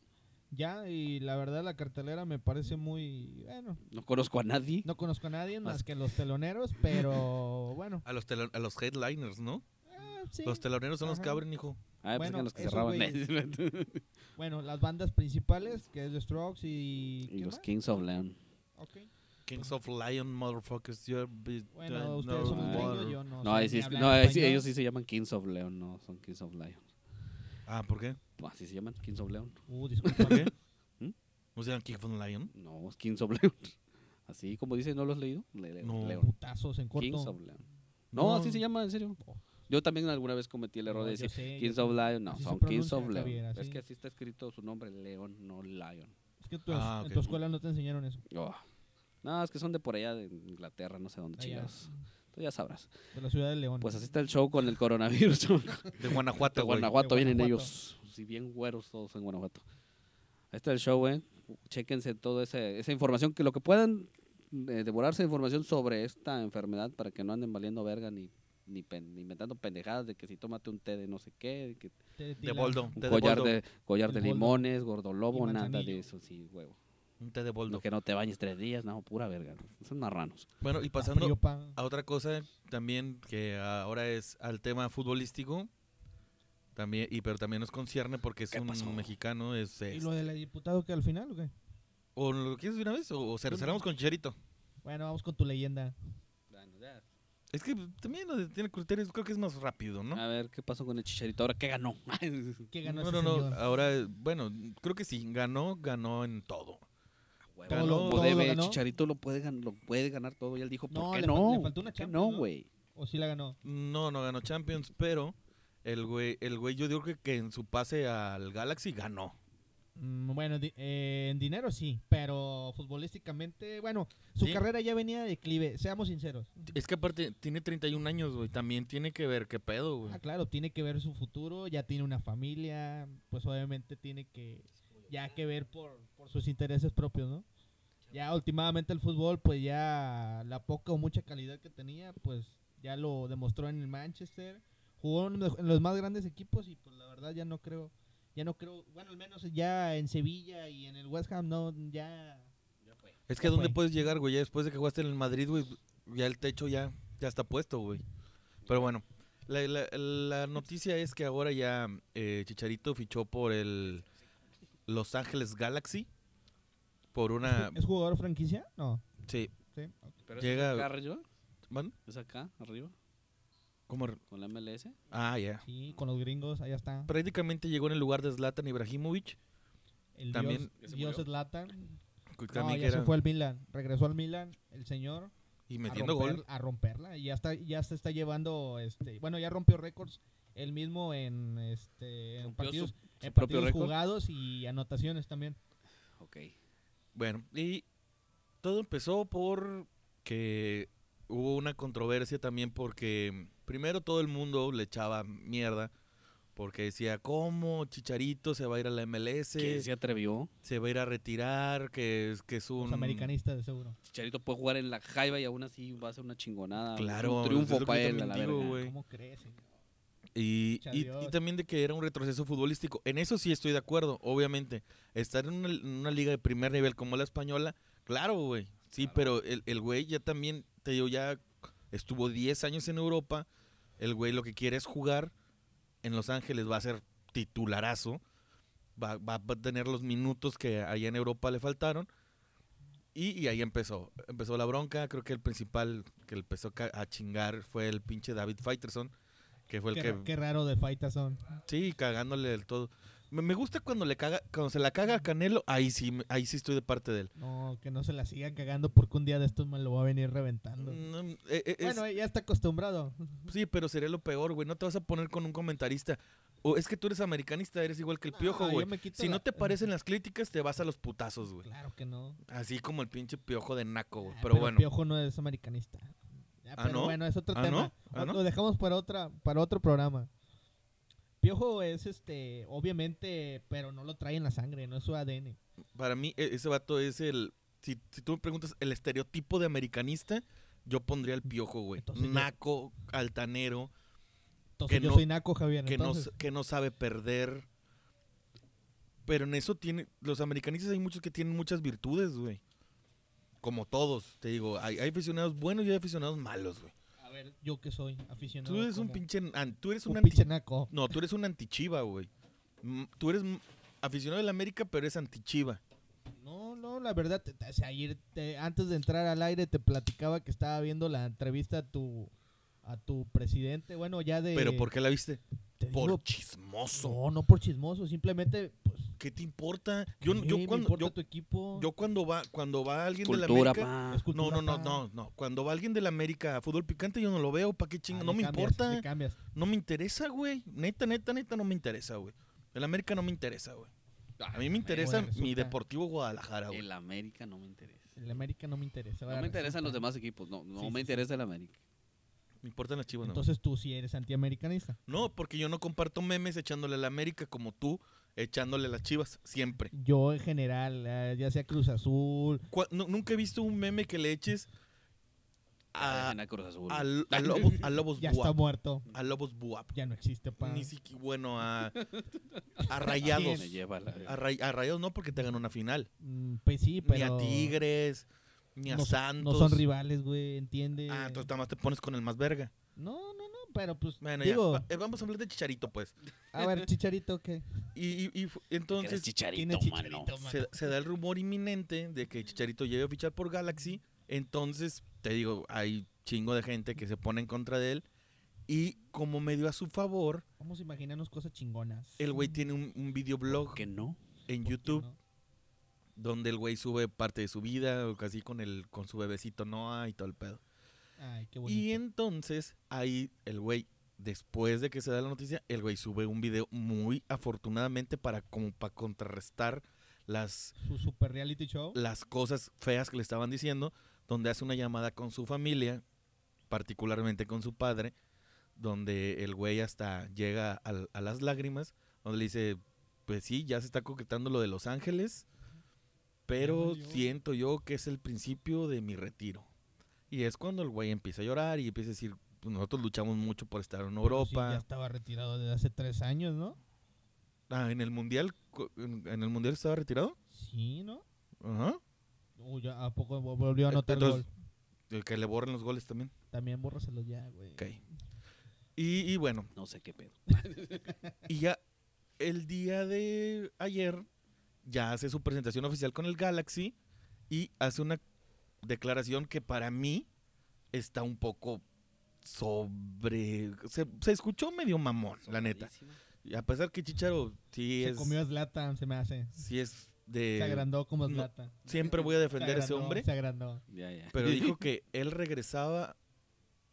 Ya, y la verdad, la cartelera me parece muy. Bueno, No conozco a nadie. no conozco a nadie Más- más que los teloneros, pero bueno. A los, telo- a los headliners, ¿no? ah, sí. Los teloneros son los Ajá. que abren, hijo. Ah, pues Bueno, eran los que esos cerraban. güeyes. Bueno, las bandas principales, que es The Strokes y. y ¿qué los más? Kings of Leon. Ok. Kings of Lion, motherfuckers. you're be- Bueno, uh, ustedes no son un ay. gringo, more. yo no. No, sé ahí ni sí- hablar no, ahí sí- español. ellos sí se llaman Kings of Leon, no son Kings of Leon. Ah, ¿por qué? Así se llaman Kings of Leon. Uh, ¿Por disculpa. qué? ¿Mm? ¿No se llaman Kings of Lion? No, es Kings of Leon. Así como dice, ¿no lo has leído? Le- le- No. leo. Putazos en corto. Kings of Leon. No, No. Oh. así se llama, en serio. Yo también alguna vez cometí el error No, de yo decir sé, yo Kings sé. of Leon. No, Así se son Kings pronuncia, of Leon. Javier, es así. que así está escrito su nombre, Leon, no Lion. Es que tú- Ah, en ok. tu escuela no te enseñaron eso. Oh. No, es que son de por allá de Inglaterra, no sé dónde Allá, chingados. Tú ya sabrás. de la ciudad de León. Pues así está el show con el coronavirus. chon. De de Guanajuato, güey. Guanajuato De vienen Guanajuato. ellos. Si bien güeros todos en Guanajuato. Ahí está el show, ¿eh? Chéquense toda esa, esa información. Que lo que puedan eh, devorarse de información sobre esta enfermedad para que no anden valiendo verga ni, ni pen- ni inventando pendejadas de que si tómate un té de no sé qué, de que Te De tiran- boldo. un Té de collar boldo. de, collar El de boldo. limones, gordolobo, Y nada de manzanillo. eso, sí, huevo. Un té de boldo. No, que no te bañes tres días, no, pura verga. Son marranos. Bueno, y Está pasando frío, pa. a otra cosa también que ahora es al tema futbolístico. También, y pero también nos concierne porque es ¿Qué un pasó? mexicano, es, ¿Y es- lo del diputado que al final o qué? o lo quieres de una vez o, o cer- cerramos con Chicharito. Bueno, vamos con tu leyenda. Es que también lo de- tiene criterios, creo que es más rápido, ¿no? A ver, ¿qué pasó con el chicharito ahora? ¿Qué ganó? ¿Qué ganó no, no, ese no, señor? ahora, eh, bueno, creo que sí, ganó, ganó en todo. Huevo, Todo lo- como todo lo debe, ganó. Chicharito lo puede, gan- lo puede ganar todo. Y él dijo, ¿por No, qué le fal- no? le faltó una ¿Por qué Champions, no, ¿no? güey? ¿O sí la ganó? No, no ganó Champions, pero el güey, el güey yo digo que, que en su pase al Galaxy ganó. Mm, bueno, di- eh, en dinero sí, pero futbolísticamente, bueno, su Sí. carrera ya venía de declive, seamos sinceros. Es que aparte tiene 31 años, güey, también tiene que ver qué pedo, güey. Ah, claro, tiene que ver su futuro, ya tiene una familia, pues obviamente tiene que ya que ver por, por sus intereses propios, ¿no? Ya últimamente el fútbol, pues ya la poca o mucha calidad que tenía, pues ya lo demostró en el Manchester, jugó en los- en los más grandes equipos y pues la verdad ya no creo, ya no creo, bueno, al menos ya en Sevilla y en el West Ham no ya Es que Ya a dónde fue. puedes llegar, güey, ya después de que jugaste en el Madrid, güey, ya el techo ya, ya está puesto, güey. Pero bueno, la, la- la noticia es que ahora ya eh, Chicharito fichó por el Los Ángeles Galaxy por una ¿Es jugador franquicia? No. sí, Sí. Pero es Llega- acá acá arriba, ¿van? es acá arriba, ¿Cómo? con la MLS. Ah, ya. Sí, con los gringos, allá está. Prácticamente llegó en el lugar de Zlatan Ibrahimovic, El También- ¿Ya dios, se dios murió? Zlatan. que No, también ya que se era- fue al Milan. Regresó al Milan el señor y a, metiendo romper- gol. a romperla. Y ya, está, ya se está llevando, este, bueno, ya rompió récords él mismo en, este, en Rompió partidos, su- en su propio partidos récord. jugados y anotaciones también. Ok. Bueno, y todo empezó por que hubo una controversia también porque primero todo el mundo le echaba mierda porque decía, ¿cómo Chicharito se va a ir a la MLS? ¿Quién se atrevió? Se va a ir a retirar, que es, que es un... Los americanistas de seguro. Chicharito puede jugar en la Jaiba y aún así va a ser una chingonada. Claro, Un es triunfo lo que para yo él, a también la digo, verga. güey. ¿Cómo crees? señor? Y, Mucha y- y Dios. también de que era un retroceso futbolístico. En eso sí estoy de acuerdo, obviamente. Estar en una, en una liga de primer nivel como la española, claro, güey. Sí, pero el, el güey ya también, te digo, ya estuvo 10 años en Europa. El güey lo que quiere es jugar en Los Ángeles, va a ser titularazo. Va, va- va a tener los minutos que allá en Europa le faltaron. Y, y ahí empezó. Empezó la bronca. Creo que el principal que empezó ca- a chingar fue el pinche David Fighterson, que fue el Qué, que ra- qué raro de Faitas son. Sí, cagándole del todo. Me, me gusta cuando le caga, cuando se la caga a Canelo, ahí sí, me- ahí sí estoy de parte de él. No, que no se la sigan cagando porque un día de estos me lo va a venir reventando. No, eh, eh, es- Bueno, eh, ya está acostumbrado. sí, pero sería lo peor, güey. No te vas a poner con un comentarista. O es que tú eres americanista, eres igual que el piojo, Ah, yo güey. me quito Si no la- te parecen las críticas, te vas a los putazos, güey. Claro que no. Así como el pinche piojo de naco, güey. Ah, Pero bueno, Piojo no es americanista. Ya, Ah, pero ¿no? bueno, es otro Ah, tema. ¿no? Ah, O- ¿no? Lo dejamos para otra, para otro programa. Piojo es este, obviamente, pero no lo trae en la sangre, no es su ADN. para mí e- ese vato es el... Si, si tú me preguntas el estereotipo de americanista, yo pondría el piojo, güey. Entonces yo- Naco, altanero, Entonces Que yo no- soy naco, Javier. que no, entonces, s- que no sabe perder. Pero en eso tiene. Los americanistas hay muchos que tienen muchas virtudes, güey. Como todos, te digo. Hay, hay aficionados buenos y hay aficionados malos, güey. a ver, yo que soy aficionado. Tú eres un como- pinche. an- tú eres un un, anti- pinche naco. No, tú eres un antichiva, güey. Mm, Tú eres mm, aficionado del América, pero eres antichiva. No, no, la verdad, te- te- o sea, ayer te- antes de entrar al aire te platicaba que estaba viendo la entrevista a tu a tu presidente, bueno, ya de Pero ¿por qué la viste? te digo, Por chismoso. No, no por chismoso, simplemente pues ¿qué te importa? Yo, Eh, yo me cuando, importa yo, tu equipo. yo cuando va, cuando va alguien Cultura, de la América. pa. es cultura, No, no, no, pa. no, no. Cuando va alguien de la América a fútbol picante, yo no lo veo, ¿para qué Ah, chingo? le No me cambias, importa. le cambias. No me interesa, güey. Neta, neta, neta, no me interesa, güey. El América no me interesa, güey. A mí me interesa Ah, Bueno, mi resulta- Deportivo Guadalajara, güey. El América no me interesa. El América no me interesa. No ahora me interesan resulta. los demás equipos. No, no Sí, sí, me interesa el América. Me importan las chivas, no. Entonces tú sí eres antiamericanista. No, porque yo no comparto memes echándole a la América como tú echándole a las chivas, siempre. Yo en general, eh, ya sea Cruz Azul, Cua- nu- nunca he visto un meme que le eches a, Ah, Dejen a Cruz Azul. al- a Lobos, a Lobos ya está Buap. muerto. A Lobos Buap. Ya no existe, pa. Pues, Ni siquiera, bueno, a, a Me Rayados. lleva la- A, Ray- a Rayados no, porque te ganó una final. Mm, pues sí, pero... Ni a Tigres, ni a no, son- Santos. No son rivales, güey, entiende. Ah, entonces nada más te pones con el más verga. No, no, no, pero pues, Bueno, digo, ya. va- eh, vamos a hablar de Chicharito, pues. a ver, Chicharito, ¿qué? Y, y- y fu- Que eres entonces Tiene chicharito, mano. Chicharito, mano. se, se da el rumor inminente de que Chicharito llegue a fichar por Galaxy. Entonces, te digo, hay chingo de gente que se pone en contra de él. Y como medio a su favor, Vamos a imaginarnos cosas chingonas. el güey tiene un, un videoblog Que no. en ¿Por qué YouTube no? donde el güey sube parte de su vida, o casi con el con su bebecito Noah y todo el pedo. Ay, qué bonito. Y entonces ahí el güey, después de que se da la noticia, el güey sube un video muy afortunadamente para como para contrarrestar las, Su super reality show. las cosas feas que le estaban diciendo, donde hace una llamada con su familia, particularmente con su padre, donde el güey hasta llega al- a, las lágrimas, donde le dice, pues sí, ya se está coquetando lo de Los Ángeles, pero dolió. siento yo que es el principio de mi retiro. Y es cuando el güey empieza a llorar y empieza a decir, "Pues nosotros luchamos mucho por estar en Pero sí, ya Europa. estaba retirado desde hace tres años, ¿no? Ah, en el Mundial, co- en en el Mundial estaba retirado. Sí, ¿no? Ajá. Uy, ya, ¿a poco vol- volvió a anotar Entonces, gol? el que le borren los goles también. También bórraselos ya, güey. Ok. Y, y bueno, No sé qué pedo. y ya el día de ayer ya hace su presentación oficial con el Galaxy y hace una declaración que para mí está un poco sobre... Se, se escuchó medio mamón, la neta. Y a pesar que Chicharo sí Se es... comió a Zlatan, se me hace. sí es Se de... agrandó como no, Zlatan. Siempre voy a Se defender a ese agrandó, hombre, Se agrandó. Ya, ya. pero dijo que él regresaba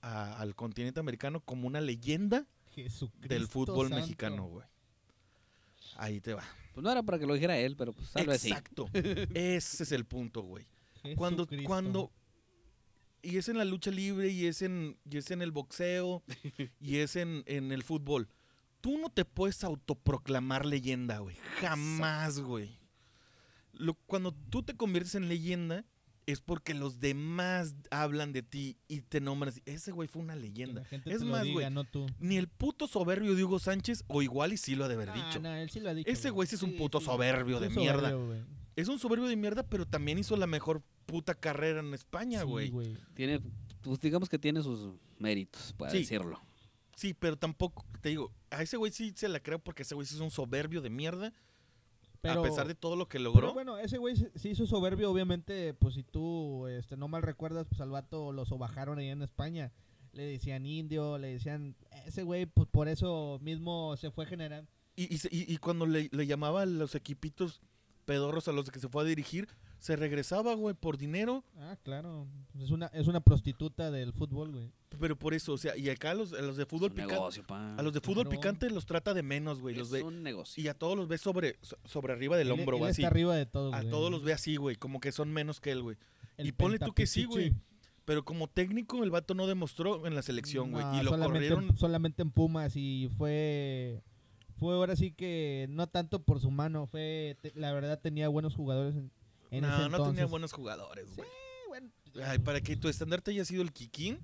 a- al continente americano como una leyenda Jesucristo del fútbol santo. mexicano, güey. Ahí te va. Pues no era para que lo dijera él, pero pues tal vez sí. Exacto. Ese es el punto, güey. Cuando, Jesucristo. cuando. Y es en la lucha libre, y es en, y es en el boxeo, y es en, en el fútbol. Tú no te puedes autoproclamar leyenda, güey. Jamás, güey. Lo- cuando tú te conviertes en leyenda, es porque los demás hablan de ti y te nombran así. Ese güey fue una Que la leyenda. gente Es te lo más, diga, güey. No tú. Ni el puto soberbio de Hugo Sánchez, o igual y sí lo ha de haber Ah, dicho. no, él sí lo ha dicho. Ese güey sí es un Sí, puto sí. soberbio Es de un mierda. soberbio, güey. Es un soberbio de mierda, pero también hizo la mejor puta carrera en España, Sí, güey. Sí, güey. Tiene, pues digamos que tiene sus méritos, para Sí. decirlo. pero tampoco, te digo, a ese güey sí se la creo porque ese güey sí es un soberbio de mierda, Pero, a pesar de todo lo que pero logró. bueno, ese güey se se hizo soberbio, obviamente, pues si tú este, no mal recuerdas, pues al vato lo sobajaron allá en España. Le decían indio, le decían... Ese güey, pues por eso mismo se fue generando. Y, y se- y- y cuando le, le llamaba a los equipitos pedorros a los que se fue a dirigir, se regresaba, güey, por dinero, Ah, claro. Es una, es una prostituta del fútbol, güey. pero por eso, o sea, y acá a los, a los de fútbol es un picante, negocio, pa. a los de fútbol Claro. picante los trata de menos, güey, los es ve, un negocio. y a todos los ve sobre, so- sobre arriba del Él- e, hombro, él güey, así. está arriba de todos, A güey. todos los ve así, güey, como que son menos que él, güey. El y ponle tú que sí, güey. pentapichichi. Pero como técnico, el vato no demostró en la selección, güey. No, y lo Ah, solamente, en- corrieron. solamente en Pumas y fue... Fue ahora sí que no tanto por su mano, fue... te- la verdad tenía buenos jugadores en, en ese No, no tenía entonces. buenos jugadores, güey. Eh, bueno, Ay, para que tu estandarte haya sido el Kikín,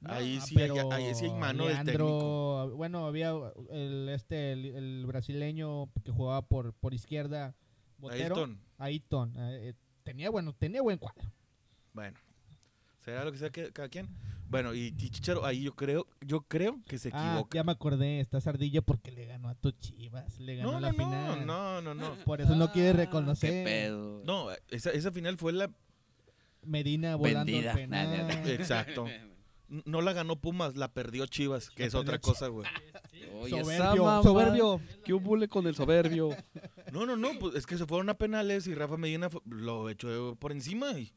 No, ahí, ah, sí hay, pero ahí sí hay mano del Leandro, técnico. Bueno, había el este el, el brasileño que jugaba por por izquierda, Botero, Ayrton. Ayrton. eh, tenía bueno, tenía buen cuadro. Bueno. Será lo que sea que- cada quien. Bueno, y y Chicharo, ahí yo creo, yo creo que se Ah, equivoca. ya me acordé, esta sardilla porque le ganó a tu Chivas, le ganó no, la no, no, final. no, no, no. Por eso Pues no quiere Ah, reconocer Qué pedo. No, esa, esa final fue la. Medina volando el Vendida. penal. Nah, nah, Exacto. N- No la ganó Pumas, la perdió Chivas, que La es otra perdió cosa, güey. Oye, esa Soberbio, mamá, soberbio. ¿Qué hubo con el soberbio? No, no, no, pues es que se fueron a penales y Rafa Medina fu- lo echó por encima y,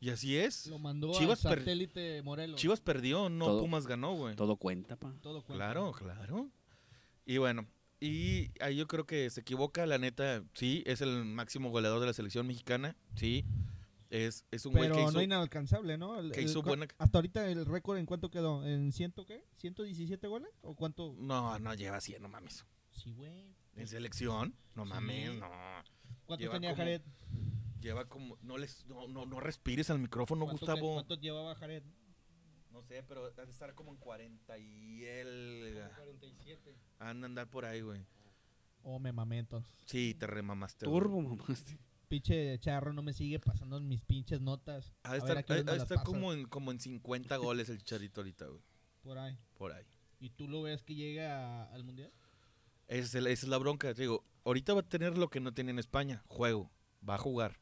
y así es. Lo mandó Chivas a per- satélite Morelos. Chivas perdió, no Todo- Pumas ganó, güey. Todo cuenta, pa. Todo cuenta. Claro, claro. Y bueno, y ahí yo creo que se equivoca, la neta, sí, es el máximo goleador de la selección mexicana, sí. Es, es un güey Pero que hizo... no inalcanzable, ¿no? El- que el hizo co- buena- Hasta ahorita el récord en cuánto quedó? ¿En ciento qué? ¿117 goles? ¿O cuánto? No, no lleva 100, no mames. Sí, güey. En selección, no Sí. mames, no. ¿Cuánto Lleva tenía como- Jared? Lleva como... No, les, no, no, no respires al micrófono, ¿Cuánto- Gustavo. ¿Cuánto llevaba Jared? No sé, pero ha de estar como en 40 y él... Anda a andar por ahí, güey. Oh, me mamé entonces. Sí, te remamaste. güey. Turbo, mamaste. Pinche charro no me sigue pasando mis pinches notas. Ha de A ver, ¿a estar, qué hora ha- me ha de las estar pasas? como, en, como en 50 goles el charito ahorita, güey. Por ahí. Por ahí. ¿Y tú lo ves que llega a- al mundial? Esa es, el- esa es la bronca, te digo. Ahorita va a tener lo que no tiene en España, juego, va a jugar.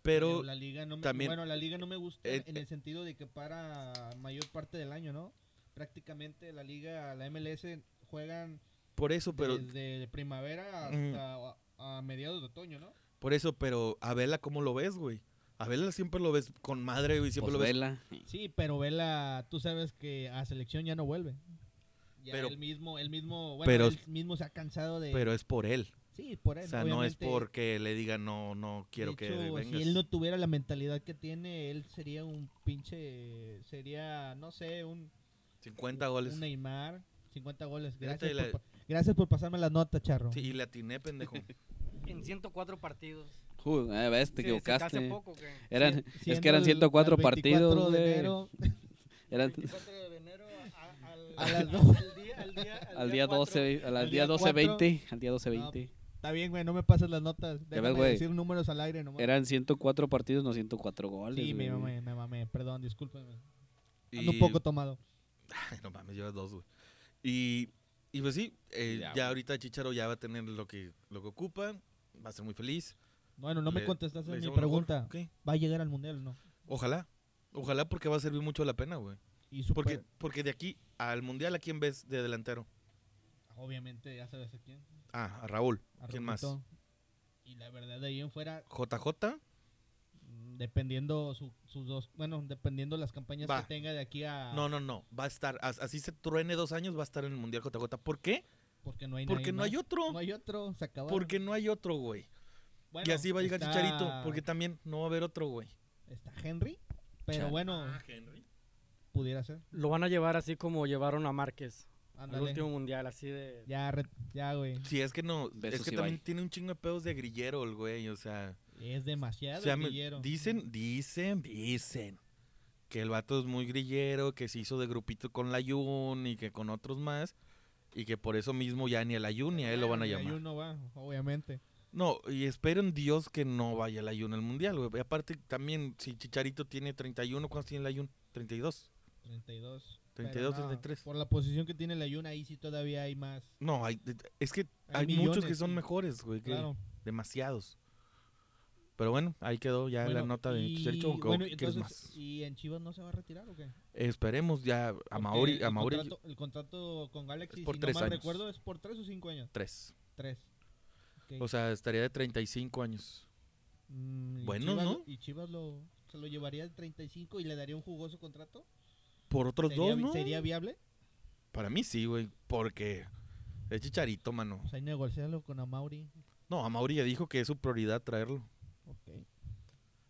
Pero, Digo, la liga no me, también- bueno, la liga no me gusta Eh, en el sentido de que para mayor parte del año, ¿no? Prácticamente la liga, la MLS juegan por eso, pero, desde primavera Ujú. hasta a, a mediados de otoño, ¿no? por eso, pero a Vela, ¿cómo lo ves, güey? A Vela siempre lo ves con madre, güey, siempre Pues lo ves. vela. Sí, pero Vela, tú sabes que a selección ya no vuelve. Ya Pero- él mismo, él mismo, bueno, pero- él mismo se ha cansado de Pero es por él. Sí, por él, O sea, no es obviamente. porque le diga no, no quiero De que hecho, vengas. Si él no tuviera la mentalidad que tiene, él sería un pinche. Sería, no sé, un, 50 goles. un Neymar. 50 goles. Fíjate Gracias, la- por, pa- gracias por pasarme las notas, Charro. Sí, y le atiné, pendejo. En 104 partidos. Ju, eh, ves, te Sí, se- equivocaste. Hace poco que. Eran, Si- es siendo que eran el- 104 al 24 partidos, de güey. enero, Eran 24 de enero a- al, A las al, día, al día- al día cuatro. 12, al, al día día 12, cuatro. 20, al día 12, 20. Está bien, güey, no pues, me pases las notas. Déjame güey. decir números al aire nomás. Eran 104 partidos, no 104 goles. Sí, me güey. mamé, me mamé. Perdón, discúlpeme. Y... Ando un poco tomado. Ay, no mames, llevas dos, güey. Y, y pues sí, eh, Ya, ya, güey. ahorita Chicharo ya va a tener lo que, lo que ocupa, va a ser muy feliz. Bueno, no me Le- contestaste le mi hicimos mejor. pregunta. Ok. ¿Va a llegar al mundial o no? Ojalá. Ojalá porque va a servir mucho la pena, güey. Y su Porque, porque de aquí al mundial, ¿a quién ves de delantero? Obviamente, ya sabes a quién. Ah, a Raúl. a ¿Quién más? Roquito. Y la verdad, de ahí en fuera, JJ. Mm, dependiendo su- sus dos, bueno, dependiendo las campañas Va. que tenga de aquí a No, no, no. Va a estar, as- así se truene dos años, va a estar en el mundial JJ. ¿Por qué? porque no hay nadie Porque no más. hay otro. No hay otro, se acabaron. Porque no hay otro, güey. Bueno, y así va a llegar está- Chicharito. Porque también no va a haber otro, güey. está Henry, pero Chale. bueno, Ah. Henry. pudiera ser. Lo van a llevar así como llevaron a Márquez al Ándale. último mundial, así de. Ya re- ya güey, Sí, es que no. Besos, es que Ibai. también tiene un chingo de pedos de grillero el güey. O sea, es demasiado o sea, me- grillero. dicen, dicen, dicen que el vato es muy grillero, que se hizo de grupito con la Yun y que con otros más. Y que por eso mismo ya ni a la Yun ni a él lo van a Bueno, llamar. Ayun no va, obviamente. No, y espero en Dios que no vaya el ayuno al mundial, güey. Y aparte, también, si Chicharito tiene 31, ¿cuántos tiene el ayuno? 32. 32. 32, pero no, 33. Por la posición que tiene la Ayun ahí sí todavía hay más. No, hay, es que hay, Hay muchos millones, que son sí. mejores, güey. que- Claro. Demasiados. Pero bueno, ahí quedó ya la Bueno, nota de y- Chicharito. ¿o qué- bueno, quieres entonces, más? ¿Y en Chivas no se va a retirar o qué? Esperemos ya a Porque Mauri, a el Mauri Contrato, el contrato con Galaxy, por si tres no mal años. recuerdo, es por tres o cinco años. 3. Tres. Ok. O sea, estaría de 35 años. Mm, ¿y bueno, Chivas ¿no? lo- ¿Y Chivas lo, se lo llevaría al 35 y le daría un jugoso contrato? Por otros ¿Sería, dos, vi- ¿no? ¿Sería viable? Para mí sí, güey. Porque es Chicharito, mano. O sea, negociarlo Pues con Amauri. No, a Mauri ya dijo que es su prioridad traerlo. Ok.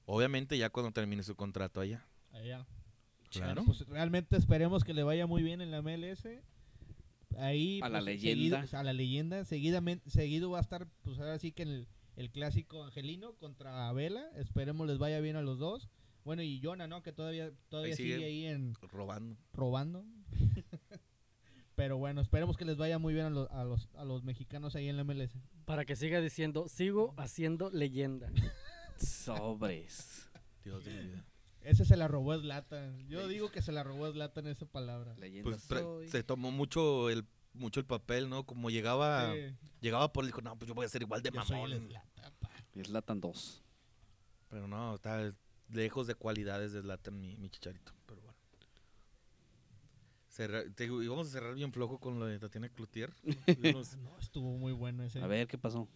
Obviamente ya cuando termine su contrato allá. Allá. Claro. Bueno, pues realmente esperemos que le vaya muy bien en la MLS. Ahí, A la pues, leyenda. seguido- a la leyenda. Seguidamente, seguido va a estar, pues ahora sí que el, el clásico angelino contra Vela. Esperemos les vaya bien a los dos. Bueno, y Jonah, ¿no? Que todavía, todavía sigue. sigue ahí en, Robando. robando. Pero bueno, esperemos que les vaya muy bien a los, a los, a los mexicanos ahí en la MLS. Para que siga diciendo, sigo haciendo leyenda. Sobres. Dios de mi vida. Ese se la robó Zlatan. Yo digo que se la robó Zlatan esa palabra. Leyenda Pues tra- soy. se tomó mucho el mucho el papel, ¿no? Como llegaba Sí, llegaba por él dijo, "No, pues yo voy a ser igual de yo Ah, soy el mamón." Zlatan, pa. Pues, Zlatan 2. Pero no, está lejos de cualidades de Zlatan mi, mi chicharito, pero bueno. Cerra- te digo, íbamos a cerrar bien flojo con lo de Tatiana Cloutier. Unos- No, estuvo muy bueno ese. A ver, ¿qué pasó?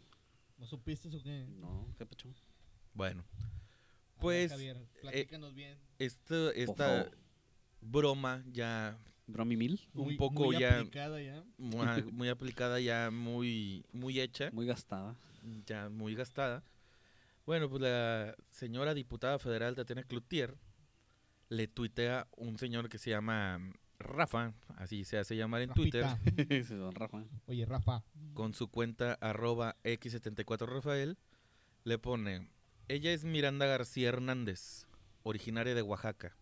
¿No supiste o qué? No, ¿qué pecho? Bueno, A ver, Pues, Javier, platícanos bien. esta, esta favor. broma ya Bromi mil, un Muy- poco muy ya- aplicada ya. mua- muy aplicada, ya muy, muy hecha, muy gastada. ya muy gastada. Bueno, pues la señora diputada federal Tatiana Cloutier le tuitea un señor que se llama Rafa, así se hace llamar en Twitter, Rafita. Ese don Rafa. Oye, Rafa. con su cuenta arroba x74rafael, le pone, ella es Miranda García Hernández, originaria de Oaxaca.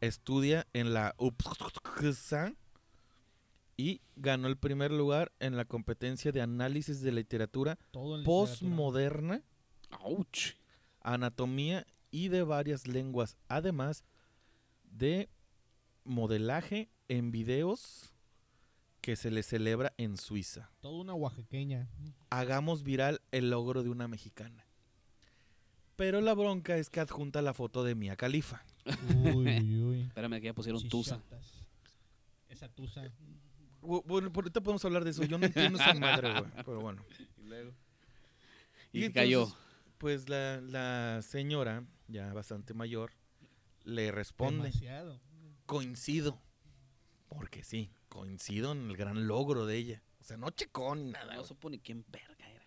Estudia en la UPSA y ganó el primer lugar en la competencia de análisis de literatura Todo en literatura. postmoderna, ¡Auch! anatomía y de varias lenguas, además de modelaje en videos que se le celebra en Suiza. Todo una oaxaqueña. hagamos viral el logro de una mexicana. Pero la bronca es que adjunta la foto de Mia Califa. Uy, uy, uy. Espérame, que ya pusieron Tusa. Chichotas. Esa tusa. Bueno, por ahorita podemos hablar de eso. Yo no entiendo esa madre, güey. Pero bueno. Y, entonces, cayó. Pues la, la señora, ya bastante mayor, le responde. Demasiado. Coincido. Porque sí, coincido en el gran logro de ella. O sea, no checó ni nada. No güey. supo ni quién verga era.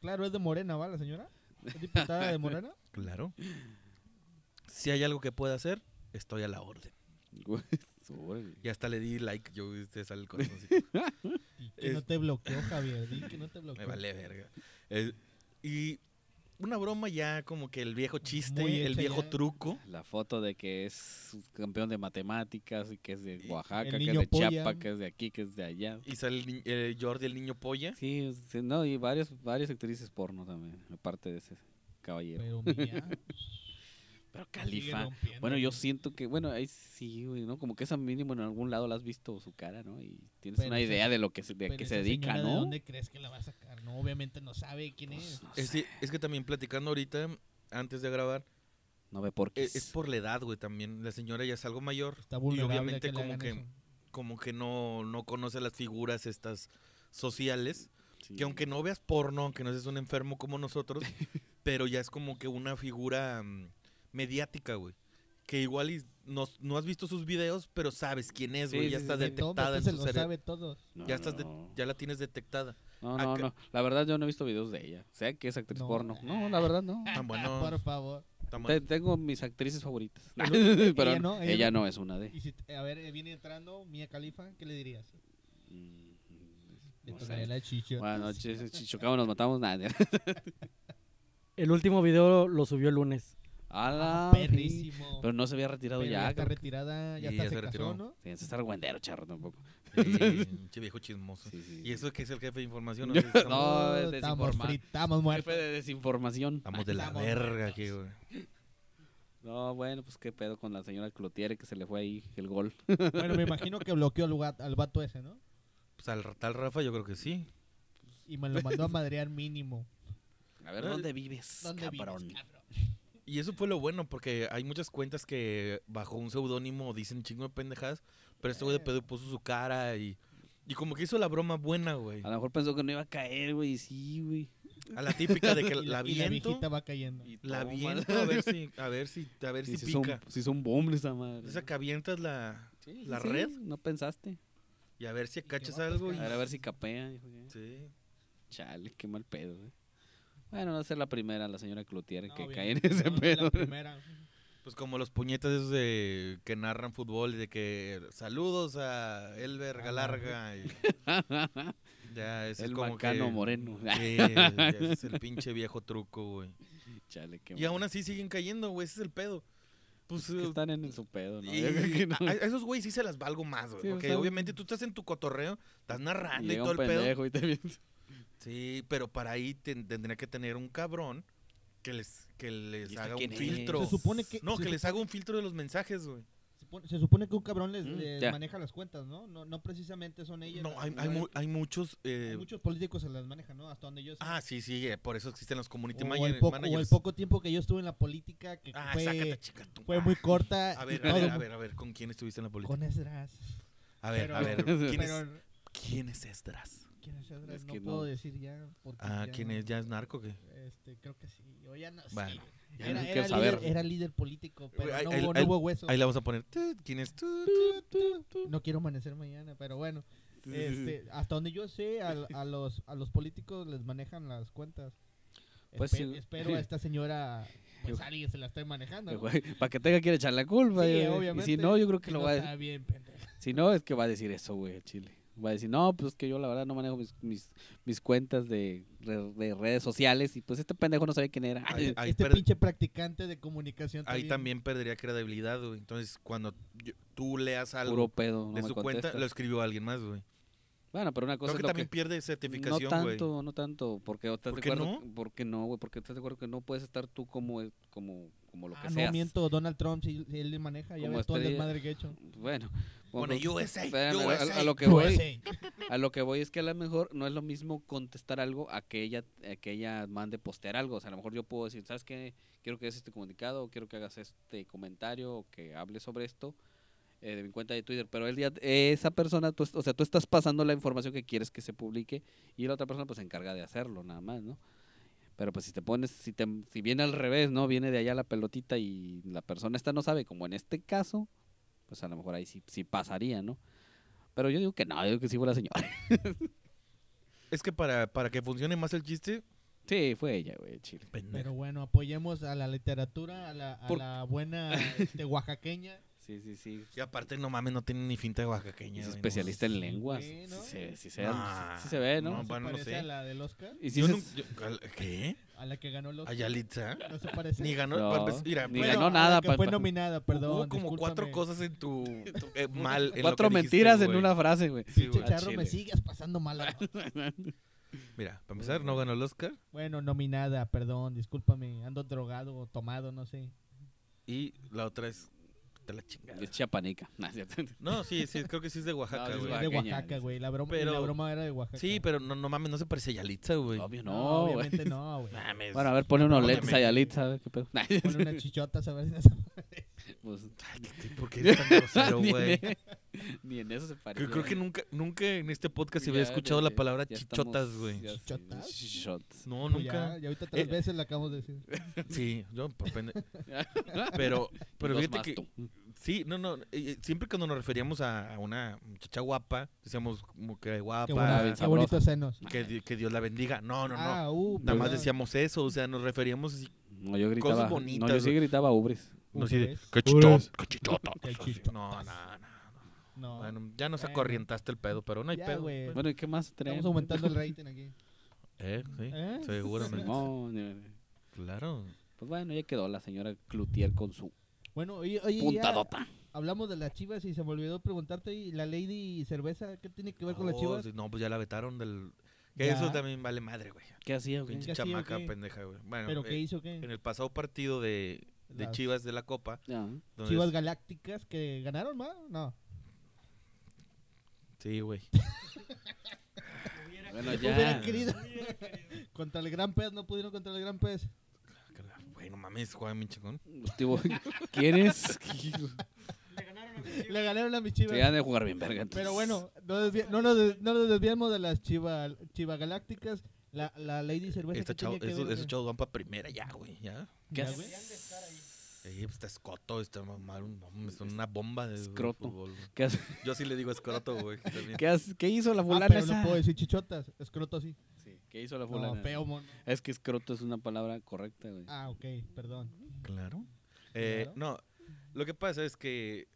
Claro, es de Morena, ¿va la señora? ¿Es diputada de Morena? Claro. Si hay algo que pueda hacer, estoy a la orden. Y hasta le di like. Yo te sale el corazoncito. Di que no Es- te bloqueó, Javier. Di que no te bloqueó. Me vale verga. Eh, y una broma ya como que el viejo Muy chiste, el hecha viejo ya. truco. La foto de que es campeón de matemáticas y que es de Y Oaxaca, el que es niño de polla. Chiapas, que es de aquí, que es de allá. Y sale el, ni- eh, Jordi, el niño polla. Sí, sí, no, y varios, varias actrices porno también, aparte de ese caballero. Pero mía. Pero sigue Califa. rompiendo, Bueno, yo güey. siento que, bueno, ahí sí, güey, ¿no? Como que esa mínimo en algún lado la has visto su cara, ¿no? Y tienes Pero una esa- idea de lo que se, de a Pero qué se esa dedica, señora, ¿De ¿no? dónde crees que la va a sacar? No, obviamente no sabe quién Pues, es. no, Es, sé, que- es que también platicando ahorita, antes de grabar, no ve por qué. eh, es por la edad, güey, también. La señora ya es algo mayor, Está vulnerable. y obviamente a le como hagan que- eso. como que no, no conoce las figuras estas sociales. Sí. Que aunque no veas porno, aunque no seas un enfermo como nosotros, pero ya es como que una figura mm, mediática, güey. Que igual y no, no has visto sus videos, pero sabes quién es, Sí, güey. sí, ya sí, está sí. pues detectada Todo, en pues, se su lo cerebro. sabe todo. No, Ya, estás de- no. ya la tienes detectada. No, Ah, no, que- no. La verdad, yo no he visto videos de ella. Sé que es actriz No. porno. No, la verdad, no. Tan bueno, Ah, Por favor. Te- tan bueno. tengo mis actrices favoritas. Ella Pero no, ella ella no. no es una de. Y si, a ver, eh, viene entrando Mia Califa, ¿qué le dirías? Mm, Le no tocaré sé. pues la chicha. Buenas noches, chichocamos, nos matamos. Nada. El último video lo subió el lunes. A Ah, la fin. perrísimo. pues, Pero no se había retirado Pero ya. está creo que- retirada, ya Sí, está ya se, se retiró. casó, ¿no? Sí, es estar guendero, charro, tampoco. Sí, pinche viejo chismoso. Sí, sí, Y sí. eso que es el jefe de información. Yo- así estamos, No, es estamos desinforma- fritos, estamos Jefe muertos. de desinformación. estamos de la Estamos verga muertos. aquí, güey. No, bueno, pues qué pedo con la señora Clotier que se le fue ahí el gol. Bueno, me imagino que bloqueó al, guat- al vato ese, ¿no? Pues al tal Rafa yo creo que sí. Y me lo mandó a madrear mínimo. A ver, No, ¿dónde vives, ¿Dónde vives, cabrón? cabrón? Y eso fue lo bueno, porque hay muchas cuentas que bajo un seudónimo dicen chingo de pendejadas, pero este güey de pedo puso su cara y, y como que hizo la broma buena, güey. A lo mejor pensó que no iba a caer, güey. y Sí, güey. A la típica de que Y la y la viento, viejita va cayendo. Y la toma. viento a ver si, a ver si, a ver si Sí, sí hizo un- pica. sí hizo un boom esa madre. Esa que avientas la, Sí, la sí, red No pensaste. y a ver si que cachas va a algo. A Y, pescar. ver, a ver si capea. dijo, ya. sí. Chale, qué mal pedo, güey. Bueno, va a ser la primera, la señora Cloutier, No, que cae en obviamente, ese no, pedo. La primera. Pues como los puñetas esos de que narran fútbol y de que saludos a Elber Galarga. y- ya, ese es El como macano que- moreno. Sí, ya ese es el pinche viejo truco, güey. Chale, qué Y aún mal. así siguen cayendo, güey. Ese es el pedo. Pues, Es que eh, están en su pedo, ¿no? y- Yo creo que no. a, a esos güey sí se las valgo más, güey. Sí, o porque sea, obviamente tú estás en tu cotorreo, estás Y narrando y, llega todo un el pedo. pendejo y te Sí, pero para ahí ten- tendría que tener un cabrón que les, que les este haga un quién es? filtro. Se supone que. No, se que supo- les haga un filtro de los mensajes, güey. Se, pone- se supone que un cabrón les, Mm, les ya. maneja las cuentas, ¿no? No, no precisamente son ellas. No, las hay, hay, mujeres. mu- hay muchos. eh, Hay muchos políticos se las manejan, ¿no? Hasta donde yo sé. Ah, sí, sí, eh, por eso existen los community o, manager- el poco, o el managers. poco tiempo que yo estuve en la política, que Ah, fue, sácate, chica. tú. fue muy corta. A ver, a todo ver, mu- a ver, a ver, ¿con quién estuviste en la política? Con Esdras. A ver, a ver, pero- ¿quién, Pero es, ¿quién es Esdras? quién es Edra? Es no que puedo no. decir ya. Porque Ah, ya ¿quién no- es? ¿Ya es narco? que Este, creo que sí. O ya no sé. Bueno, ya era, no era quiero líder, saber. era líder político, pero Ahí- no, ahí- hubo, no ahí- hubo hueso. Ahí la vamos a poner. Tut, ¿Quién es? Tut, tut, tut, tut. No quiero amanecer mañana, pero bueno. Este, hasta donde yo sé, al- a, los, a los políticos les manejan las cuentas. Pues Espe- sí. Espero a esta señora, pues Yo- alguien se la esté manejando. ¿no? Para que tenga que echar la culpa. Sí, yo- y obviamente. si no, yo creo que Si lo no va a está bien, pendejo. Si no, es que va a decir eso, güey, al Chile. Va a decir, no, pues es que yo la verdad no manejo mis, mis, mis cuentas de, re- de redes sociales y pues este pendejo no sabe quién era. Ay, ay, este per- pinche practicante de comunicación Ahí también. también perdería credibilidad, güey. Entonces, cuando yo- tú leas Puro algo pedo, no de me su cuenta, contesta. lo escribió alguien más, güey. Bueno, pero una cosa Creo que es lo también que... pierde No certificación, güey. tanto, no tanto, porque estás ¿Por de qué acuerdo, no? que- porque no, güey, porque estás de acuerdo que no puedes estar tú como, como, como lo que Ah, seas. no miento, Donald Trump, si, él le maneja, ya Como ves todo el este- desmadre que he hecho. Bueno, Pone bueno, USA, espérame, a- USA. a, a lo que voy, USA. A lo que voy es que a lo mejor no es lo mismo contestar algo a que ella, a que ella mande postear algo. O sea, a lo mejor yo puedo decir, ¿sabes qué? Quiero que des este comunicado, o quiero que hagas este comentario, o que hables sobre esto eh, de mi cuenta de Twitter. Pero él ya, esa persona, tú, es- o sea, tú estás pasando la información que quieres que se publique y la otra persona pues se encarga de hacerlo, nada más, ¿no? Pero pues si te pones, si, te, si viene al revés, ¿no? Viene de allá la pelotita y la persona esta no sabe, como en este caso, pues a lo mejor ahí sí, sí pasaría, ¿no? Pero yo digo que no, yo digo que sí fue la señora. Es que para, para que funcione más el chiste, Sí, fue ella, güey, Chile. pendejo. Pero bueno, apoyemos a la literatura, a la, a Por- la buena este, oaxaqueña. Sí, sí, sí. Y aparte, no mames, no tiene ni finta de Y oaxaqueña. es güey, no especialista en sí, lenguas. güey, ¿no? Sí, se- sí se, Nah, sí se ve, ¿no? no, se bueno, no parece sé. a la del Y Oscar, mames. sí Yo se- nunca- yo- al- ¿Qué? a la que ganó el ¿A Oscar. Yalitza? No se parece. Ni ganó. No, pa- pues, mira, ni mira, ganó a la nada, que pa- fue pa- nominada, perdón. Hubo como cuatro discúlpame. cosas en tu. eh, mal. en lo cuatro que dijiste, mentiras en güey. una frase, güey. Sí, Pinche güey. charro, Chile. me sigues pasando mal. Mira, para empezar, no ganó el Oscar. bueno, nominada, perdón, discúlpame. Ando drogado o tomado, no sé. Y la otra es. Te la chingada. Es chiapaneca. Nah, es cierto. No, sí, sí, creo que sí es de No, Oaxaca, es güey. de Oaxaqueña, Oaxaca, dice. güey. La broma, Pero- la broma era de Oaxaca. Sí, pero no, no mames, no se parece a Yalitza, güey. Obvio No, no, güey. obviamente no, güey. Mames. Bueno, a ver, ponle unos lentes Óyeme. a Yalitza, a ver qué pedo. Nah, Ponle unas chichotas a ver si no se pues, ¿Por qué es tan grosero, ni, güey? en, e, ni en eso se parece. Creo, creo que nunca, nunca en este podcast se había escuchado la palabra chichotas, güey. ¿Chichotas? Chichotas. No, Pues nunca. Ya, y ahorita tres Eh. veces la acabamos de decir. Sí, yo por pende- Pero, pero Dos fíjate más que. tú. Sí, no, no. eh, eh, Siempre cuando nos referíamos a a una muchacha guapa, decíamos como que Qué, guapa, buena- bien qué sabrosa. bonitos senos. que, di- que Dios la bendiga. No, no, no. Ah, uh, Nada más perdón. decíamos eso, o sea, nos referíamos así. No, yo gritaba. bonitas, no, yo sí güey. gritaba ubres. No, Ubres. así de, qué Ubres. chichota, qué chichota. Qué o sea, sí, chichotas. No, no, no. No, Bueno, ya nos Bueno. acorrientaste el pedo, pero no hay Ya, pedo. güey. pues. Bueno, ¿y qué más tenemos? estamos aumentando el rating aquí. Eh, sí, ¿Eh? seguramente. Simón, eh. Claro. Pues bueno, ya quedó la señora Cloutier con su Bueno, oye, oye, ya puntadota. hablamos de las chivas y se me olvidó preguntarte, ¿y la Lady Cerveza qué tiene que ver con las Oh, chivas? sí, No, pues ya la vetaron del. Que Ya. eso también vale madre, güey. ¿Qué hacía, güey? Pinche ¿Qué hacía o chamaca qué? pendeja, güey. Bueno, ¿Pero eh, qué hizo qué? en el pasado partido de, de Las Chivas de la Copa, Ah, donde Chivas Galácticas que ganaron, ¿ma? No. Sí, güey. Bueno, Hubiera ya. querido. contra el Gran Pez, no pudieron contra el Gran Pez. Güey, no mames, juega mi chingón. Tipo, ¿Quién es? Le ganaron a mis chivas. Te han de jugar bien, verga. entonces. Pero bueno, no, desvi- no nos, des- no nos desviamos de las chivas chivas Galácticas. La, la Lady Cerveza Esta que chavo- tenía que esos, ver, esos güey. chavos van para primera ya, güey. Ya. ¿Qué Ya, hace? güey. Sí, pues está escoto, está mamá, no, mames, son una bomba de Escroto. fútbol. güey. ¿Qué, hace- Yo sí le digo escroto, güey. también. qué hace- qué hizo la Ah, fulana pero esa? no puedo decir chichotas, escroto sí. Sí, ¿Qué hizo la fulana? No, feo, mono. Es que escroto es una palabra correcta, güey. Ah, ok, perdón. Claro. Eh, Claro. no, lo que pasa es que,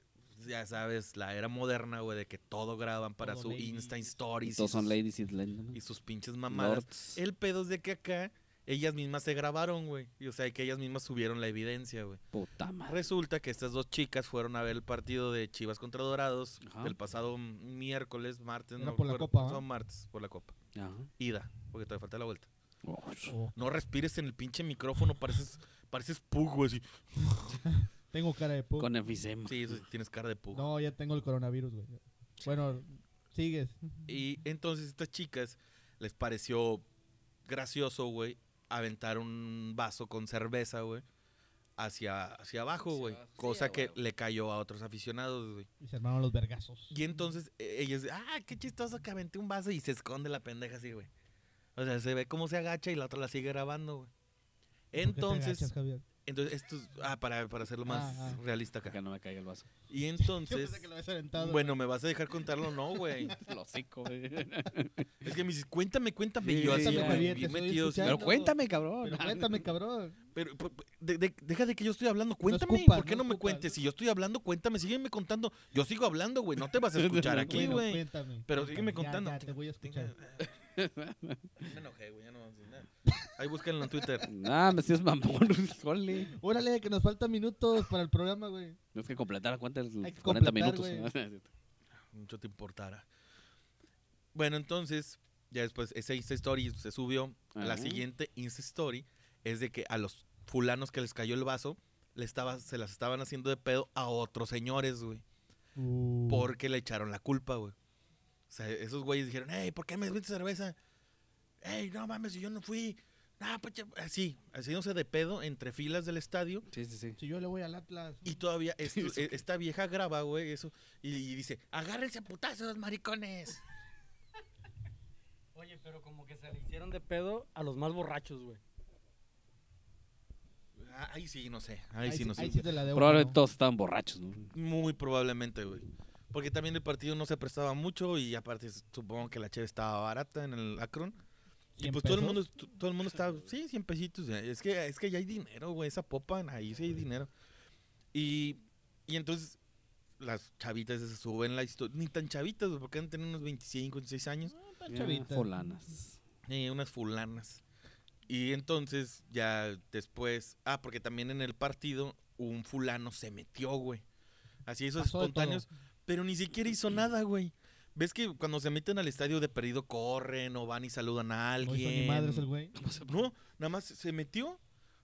ya sabes, la era moderna, güey, de que todo graban para Todo su ladies. Insta Y Stories todos son sus- ladies y gentlemen. y sus pinches mamadas. Lords. El pedo es de que acá ellas mismas se grabaron, güey. Y, o sea, que ellas mismas subieron la evidencia, güey. Puta madre. Resulta que estas dos chicas fueron a ver el partido de Chivas contra Dorados Ajá. el pasado miércoles, martes, Era no por la recuerdo, copa, ¿ah? pasado martes, por la copa. Ajá. Ida, porque todavía falta la vuelta. Oh, Oh, No respires en el pinche micrófono, pareces, pareces pug, güey. así. tengo cara de pug. Con enfisema. Sí, eso sí, tienes cara de pug. No, ya tengo el coronavirus, güey. Bueno, sigues. Y entonces estas chicas les pareció gracioso, güey, aventar un vaso con cerveza, güey, hacia, hacia abajo, Hacia güey. abajo. Sí, Cosa a que huevo. le cayó a otros aficionados, güey. Y se armaron los vergazos. Y entonces e- ellos, ah, qué chistoso que aventé un vaso y se esconde la pendeja así, güey. O sea, se ve cómo se agacha y la otra la sigue grabando, güey. ¿Por qué te Entonces, agachas, Javier? entonces esto es, ah, para, para hacerlo más Ah, ah. realista Que acá. no me caiga el vaso. Y Yo entonces, pensé que lo habías aventado. pues, bueno, ¿me vas a dejar contarlo o no, güey? Lo hocico, güey. Es que me dices, cuéntame, cuéntame. Y yo Sí, así, cuéntame, güey, Javier, te bien estoy metido. así, escuchando. Pero Pero, cuéntame, cabrón. Pero cuéntame, cabrón. pero, pero, de- de- deja de que yo estoy hablando, cuéntame. escupas, ¿Por qué no no, me escupas. cuentes? Si yo estoy hablando, cuéntame, sígueme contando. Yo sigo hablando, güey, no te vas a escuchar aquí, Bueno, güey. cuéntame, Pero cuéntame. sígueme Ya, contando. ya, te voy a escuchar. Me enojé, güey, ya no vamos a decir nada. Ahí búsquenlo en Twitter. Nah, me es mamón, jole. Órale, que nos faltan minutos para el programa, güey. Tienes que completar, ¿cuánto? es? Hay 40 que completar, minutos. Mucho te importara. Bueno, entonces, ya después, esa Insta Story se subió. La Ajá. siguiente Insta Story es de que a los fulanos que les cayó el vaso, le estaba, se las estaban haciendo de pedo a otros señores, güey. Uh. Porque le echaron la culpa, güey. O sea, esos güeyes dijeron, hey, ¿por qué me viste cerveza? Hey, no mames, si yo no fui. No, pues, ya-". así, haciéndose de pedo entre filas del estadio. Sí, sí, sí. Si yo le voy al Atlas. Y todavía est- Sí, sí. e- esta vieja graba, güey, eso. Y, y dice, agárrense a putazos, maricones. Oye, pero como que se le hicieron de pedo a los más borrachos, güey. Ah, Ahí sí, no sé. Ahí, sí, no sé. ahí sí te la debo. Probablemente ¿no? todos estaban borrachos, ¿no? Muy probablemente, güey. Porque también el partido no se prestaba mucho y aparte s- supongo que la cheve estaba barata en el Akron. Y ¿Cien pues todo el pesos? mundo, t- todo el mundo estaba, sí, 100 pesitos. eh, Es que, es que ya hay dinero, güey, esa popa, ahí sí hay dinero. Y, y entonces las chavitas se suben la historia, ni tan chavitas, güey, porque han tenido unos 25, 26 años. Ah, tan Ya, chavita. Fulanas. Eh, unas fulanas. Y entonces ya después, ah, porque también en el partido un fulano se metió, güey. Así esos Pasó de espontáneos, pero ni siquiera hizo nada, güey. ¿Ves que cuando se meten al estadio de perdido corren o van y saludan a No hizo alguien? ni madres el güey. No, nada más se metió,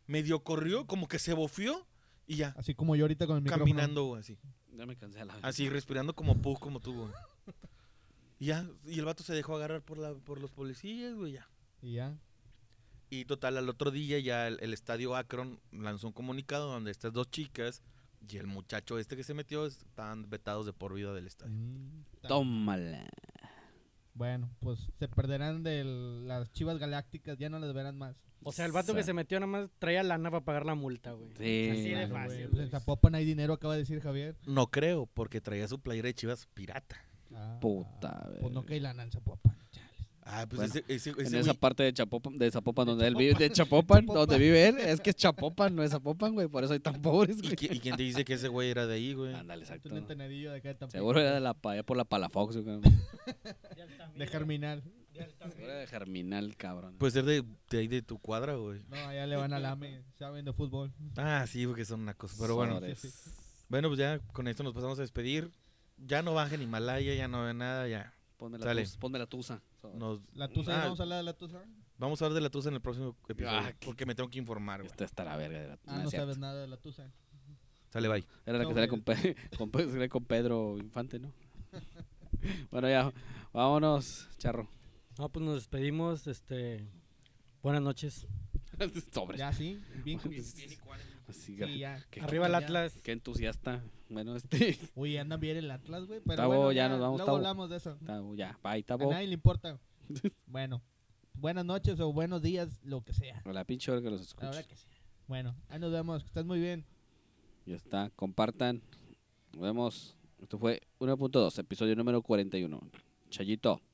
medio corrió, como que se bofió y ya, Así como yo ahorita con el micrófono. caminando güey, así. Ya me cansé a la Así, respirando como pu, como tú, güey. Y ya, y el vato se dejó agarrar por, la, por los policías, güey, ya. Y ya. Y total, al otro día ya el, el estadio Akron lanzó un comunicado donde estas dos chicas y el muchacho este que se metió están vetados de por vida del estadio. Mm, ta- Tómala. Bueno, pues se perderán de las chivas galácticas. Ya no las verán más. O sea, el vato que Sa- se metió nada más traía lana para pagar la multa, güey. Sí. Así de Claro, Claro, fácil. güey, pues, güey. En Zapopan hay dinero, acaba de decir Javier. No creo, porque traía su playera de chivas pirata. Ah, Puta, Pues no verga. que hay lana en Zapopan. chales. Ah, pues Bueno, ese, ese, ese en esa güey- parte de Chapopan, de Zapopan, donde él vive, de Chapopan, donde vive él, es que es Chapopan, no es Zapopan, güey, por eso hay tan pobres, ¿y, güey. qui- y quién te dice que ese güey era de ahí, güey? Ándale, exacto. Un entenedillo de acá de Tampico. Seguro era de la pa- allá por la Palafox, güey. De Germinal. Seguro era de Germinal, cabrón. Puede ser de, de ahí de tu cuadra, güey. No, allá le van al AME. Saben de fútbol. Ah, sí, porque son una cosa. Pero bueno, Sobres. sí, bueno, pues ya con esto nos pasamos a despedir. Ya no bajen Himalaya, ya no vean nada, ya. Ponme la, Sale. tus- ponme la tusa. Sobres. Nos, La Tusa, Ah, vamos a hablar de la Tusa. vamos a hablar de la tusa en el próximo episodio. Ah, qué- porque me tengo que informar, güey. Esta Este está la verga de la Ah, no es no cierto. sabes nada de la Tusa. Sale, bye. Era la que salía con, Pe- con, Pe- salía con Pedro Infante, ¿no? bueno, ya, vámonos, charro. No, pues nos despedimos, este... Buenas noches. Sobres. Ya, sí. Bien, Así, sí, ya. Qué- Arriba el ya. Atlas. Qué entusiasta. Bueno, este. Oye, andan bien el Atlas, güey. Pero Tabo, bueno, ya nos vamos, Luego Tabo. hablamos de eso. Tabo, ya, bye, A Tabo. nadie le importa. bueno, buenas noches o buenos días, lo que sea. A la pinche hora que los La hora escuches. que sea. Bueno, ahí nos vemos. Que estás muy bien. Ya está, compartan. Nos vemos. Esto fue 1.2, episodio número 41. Chayito.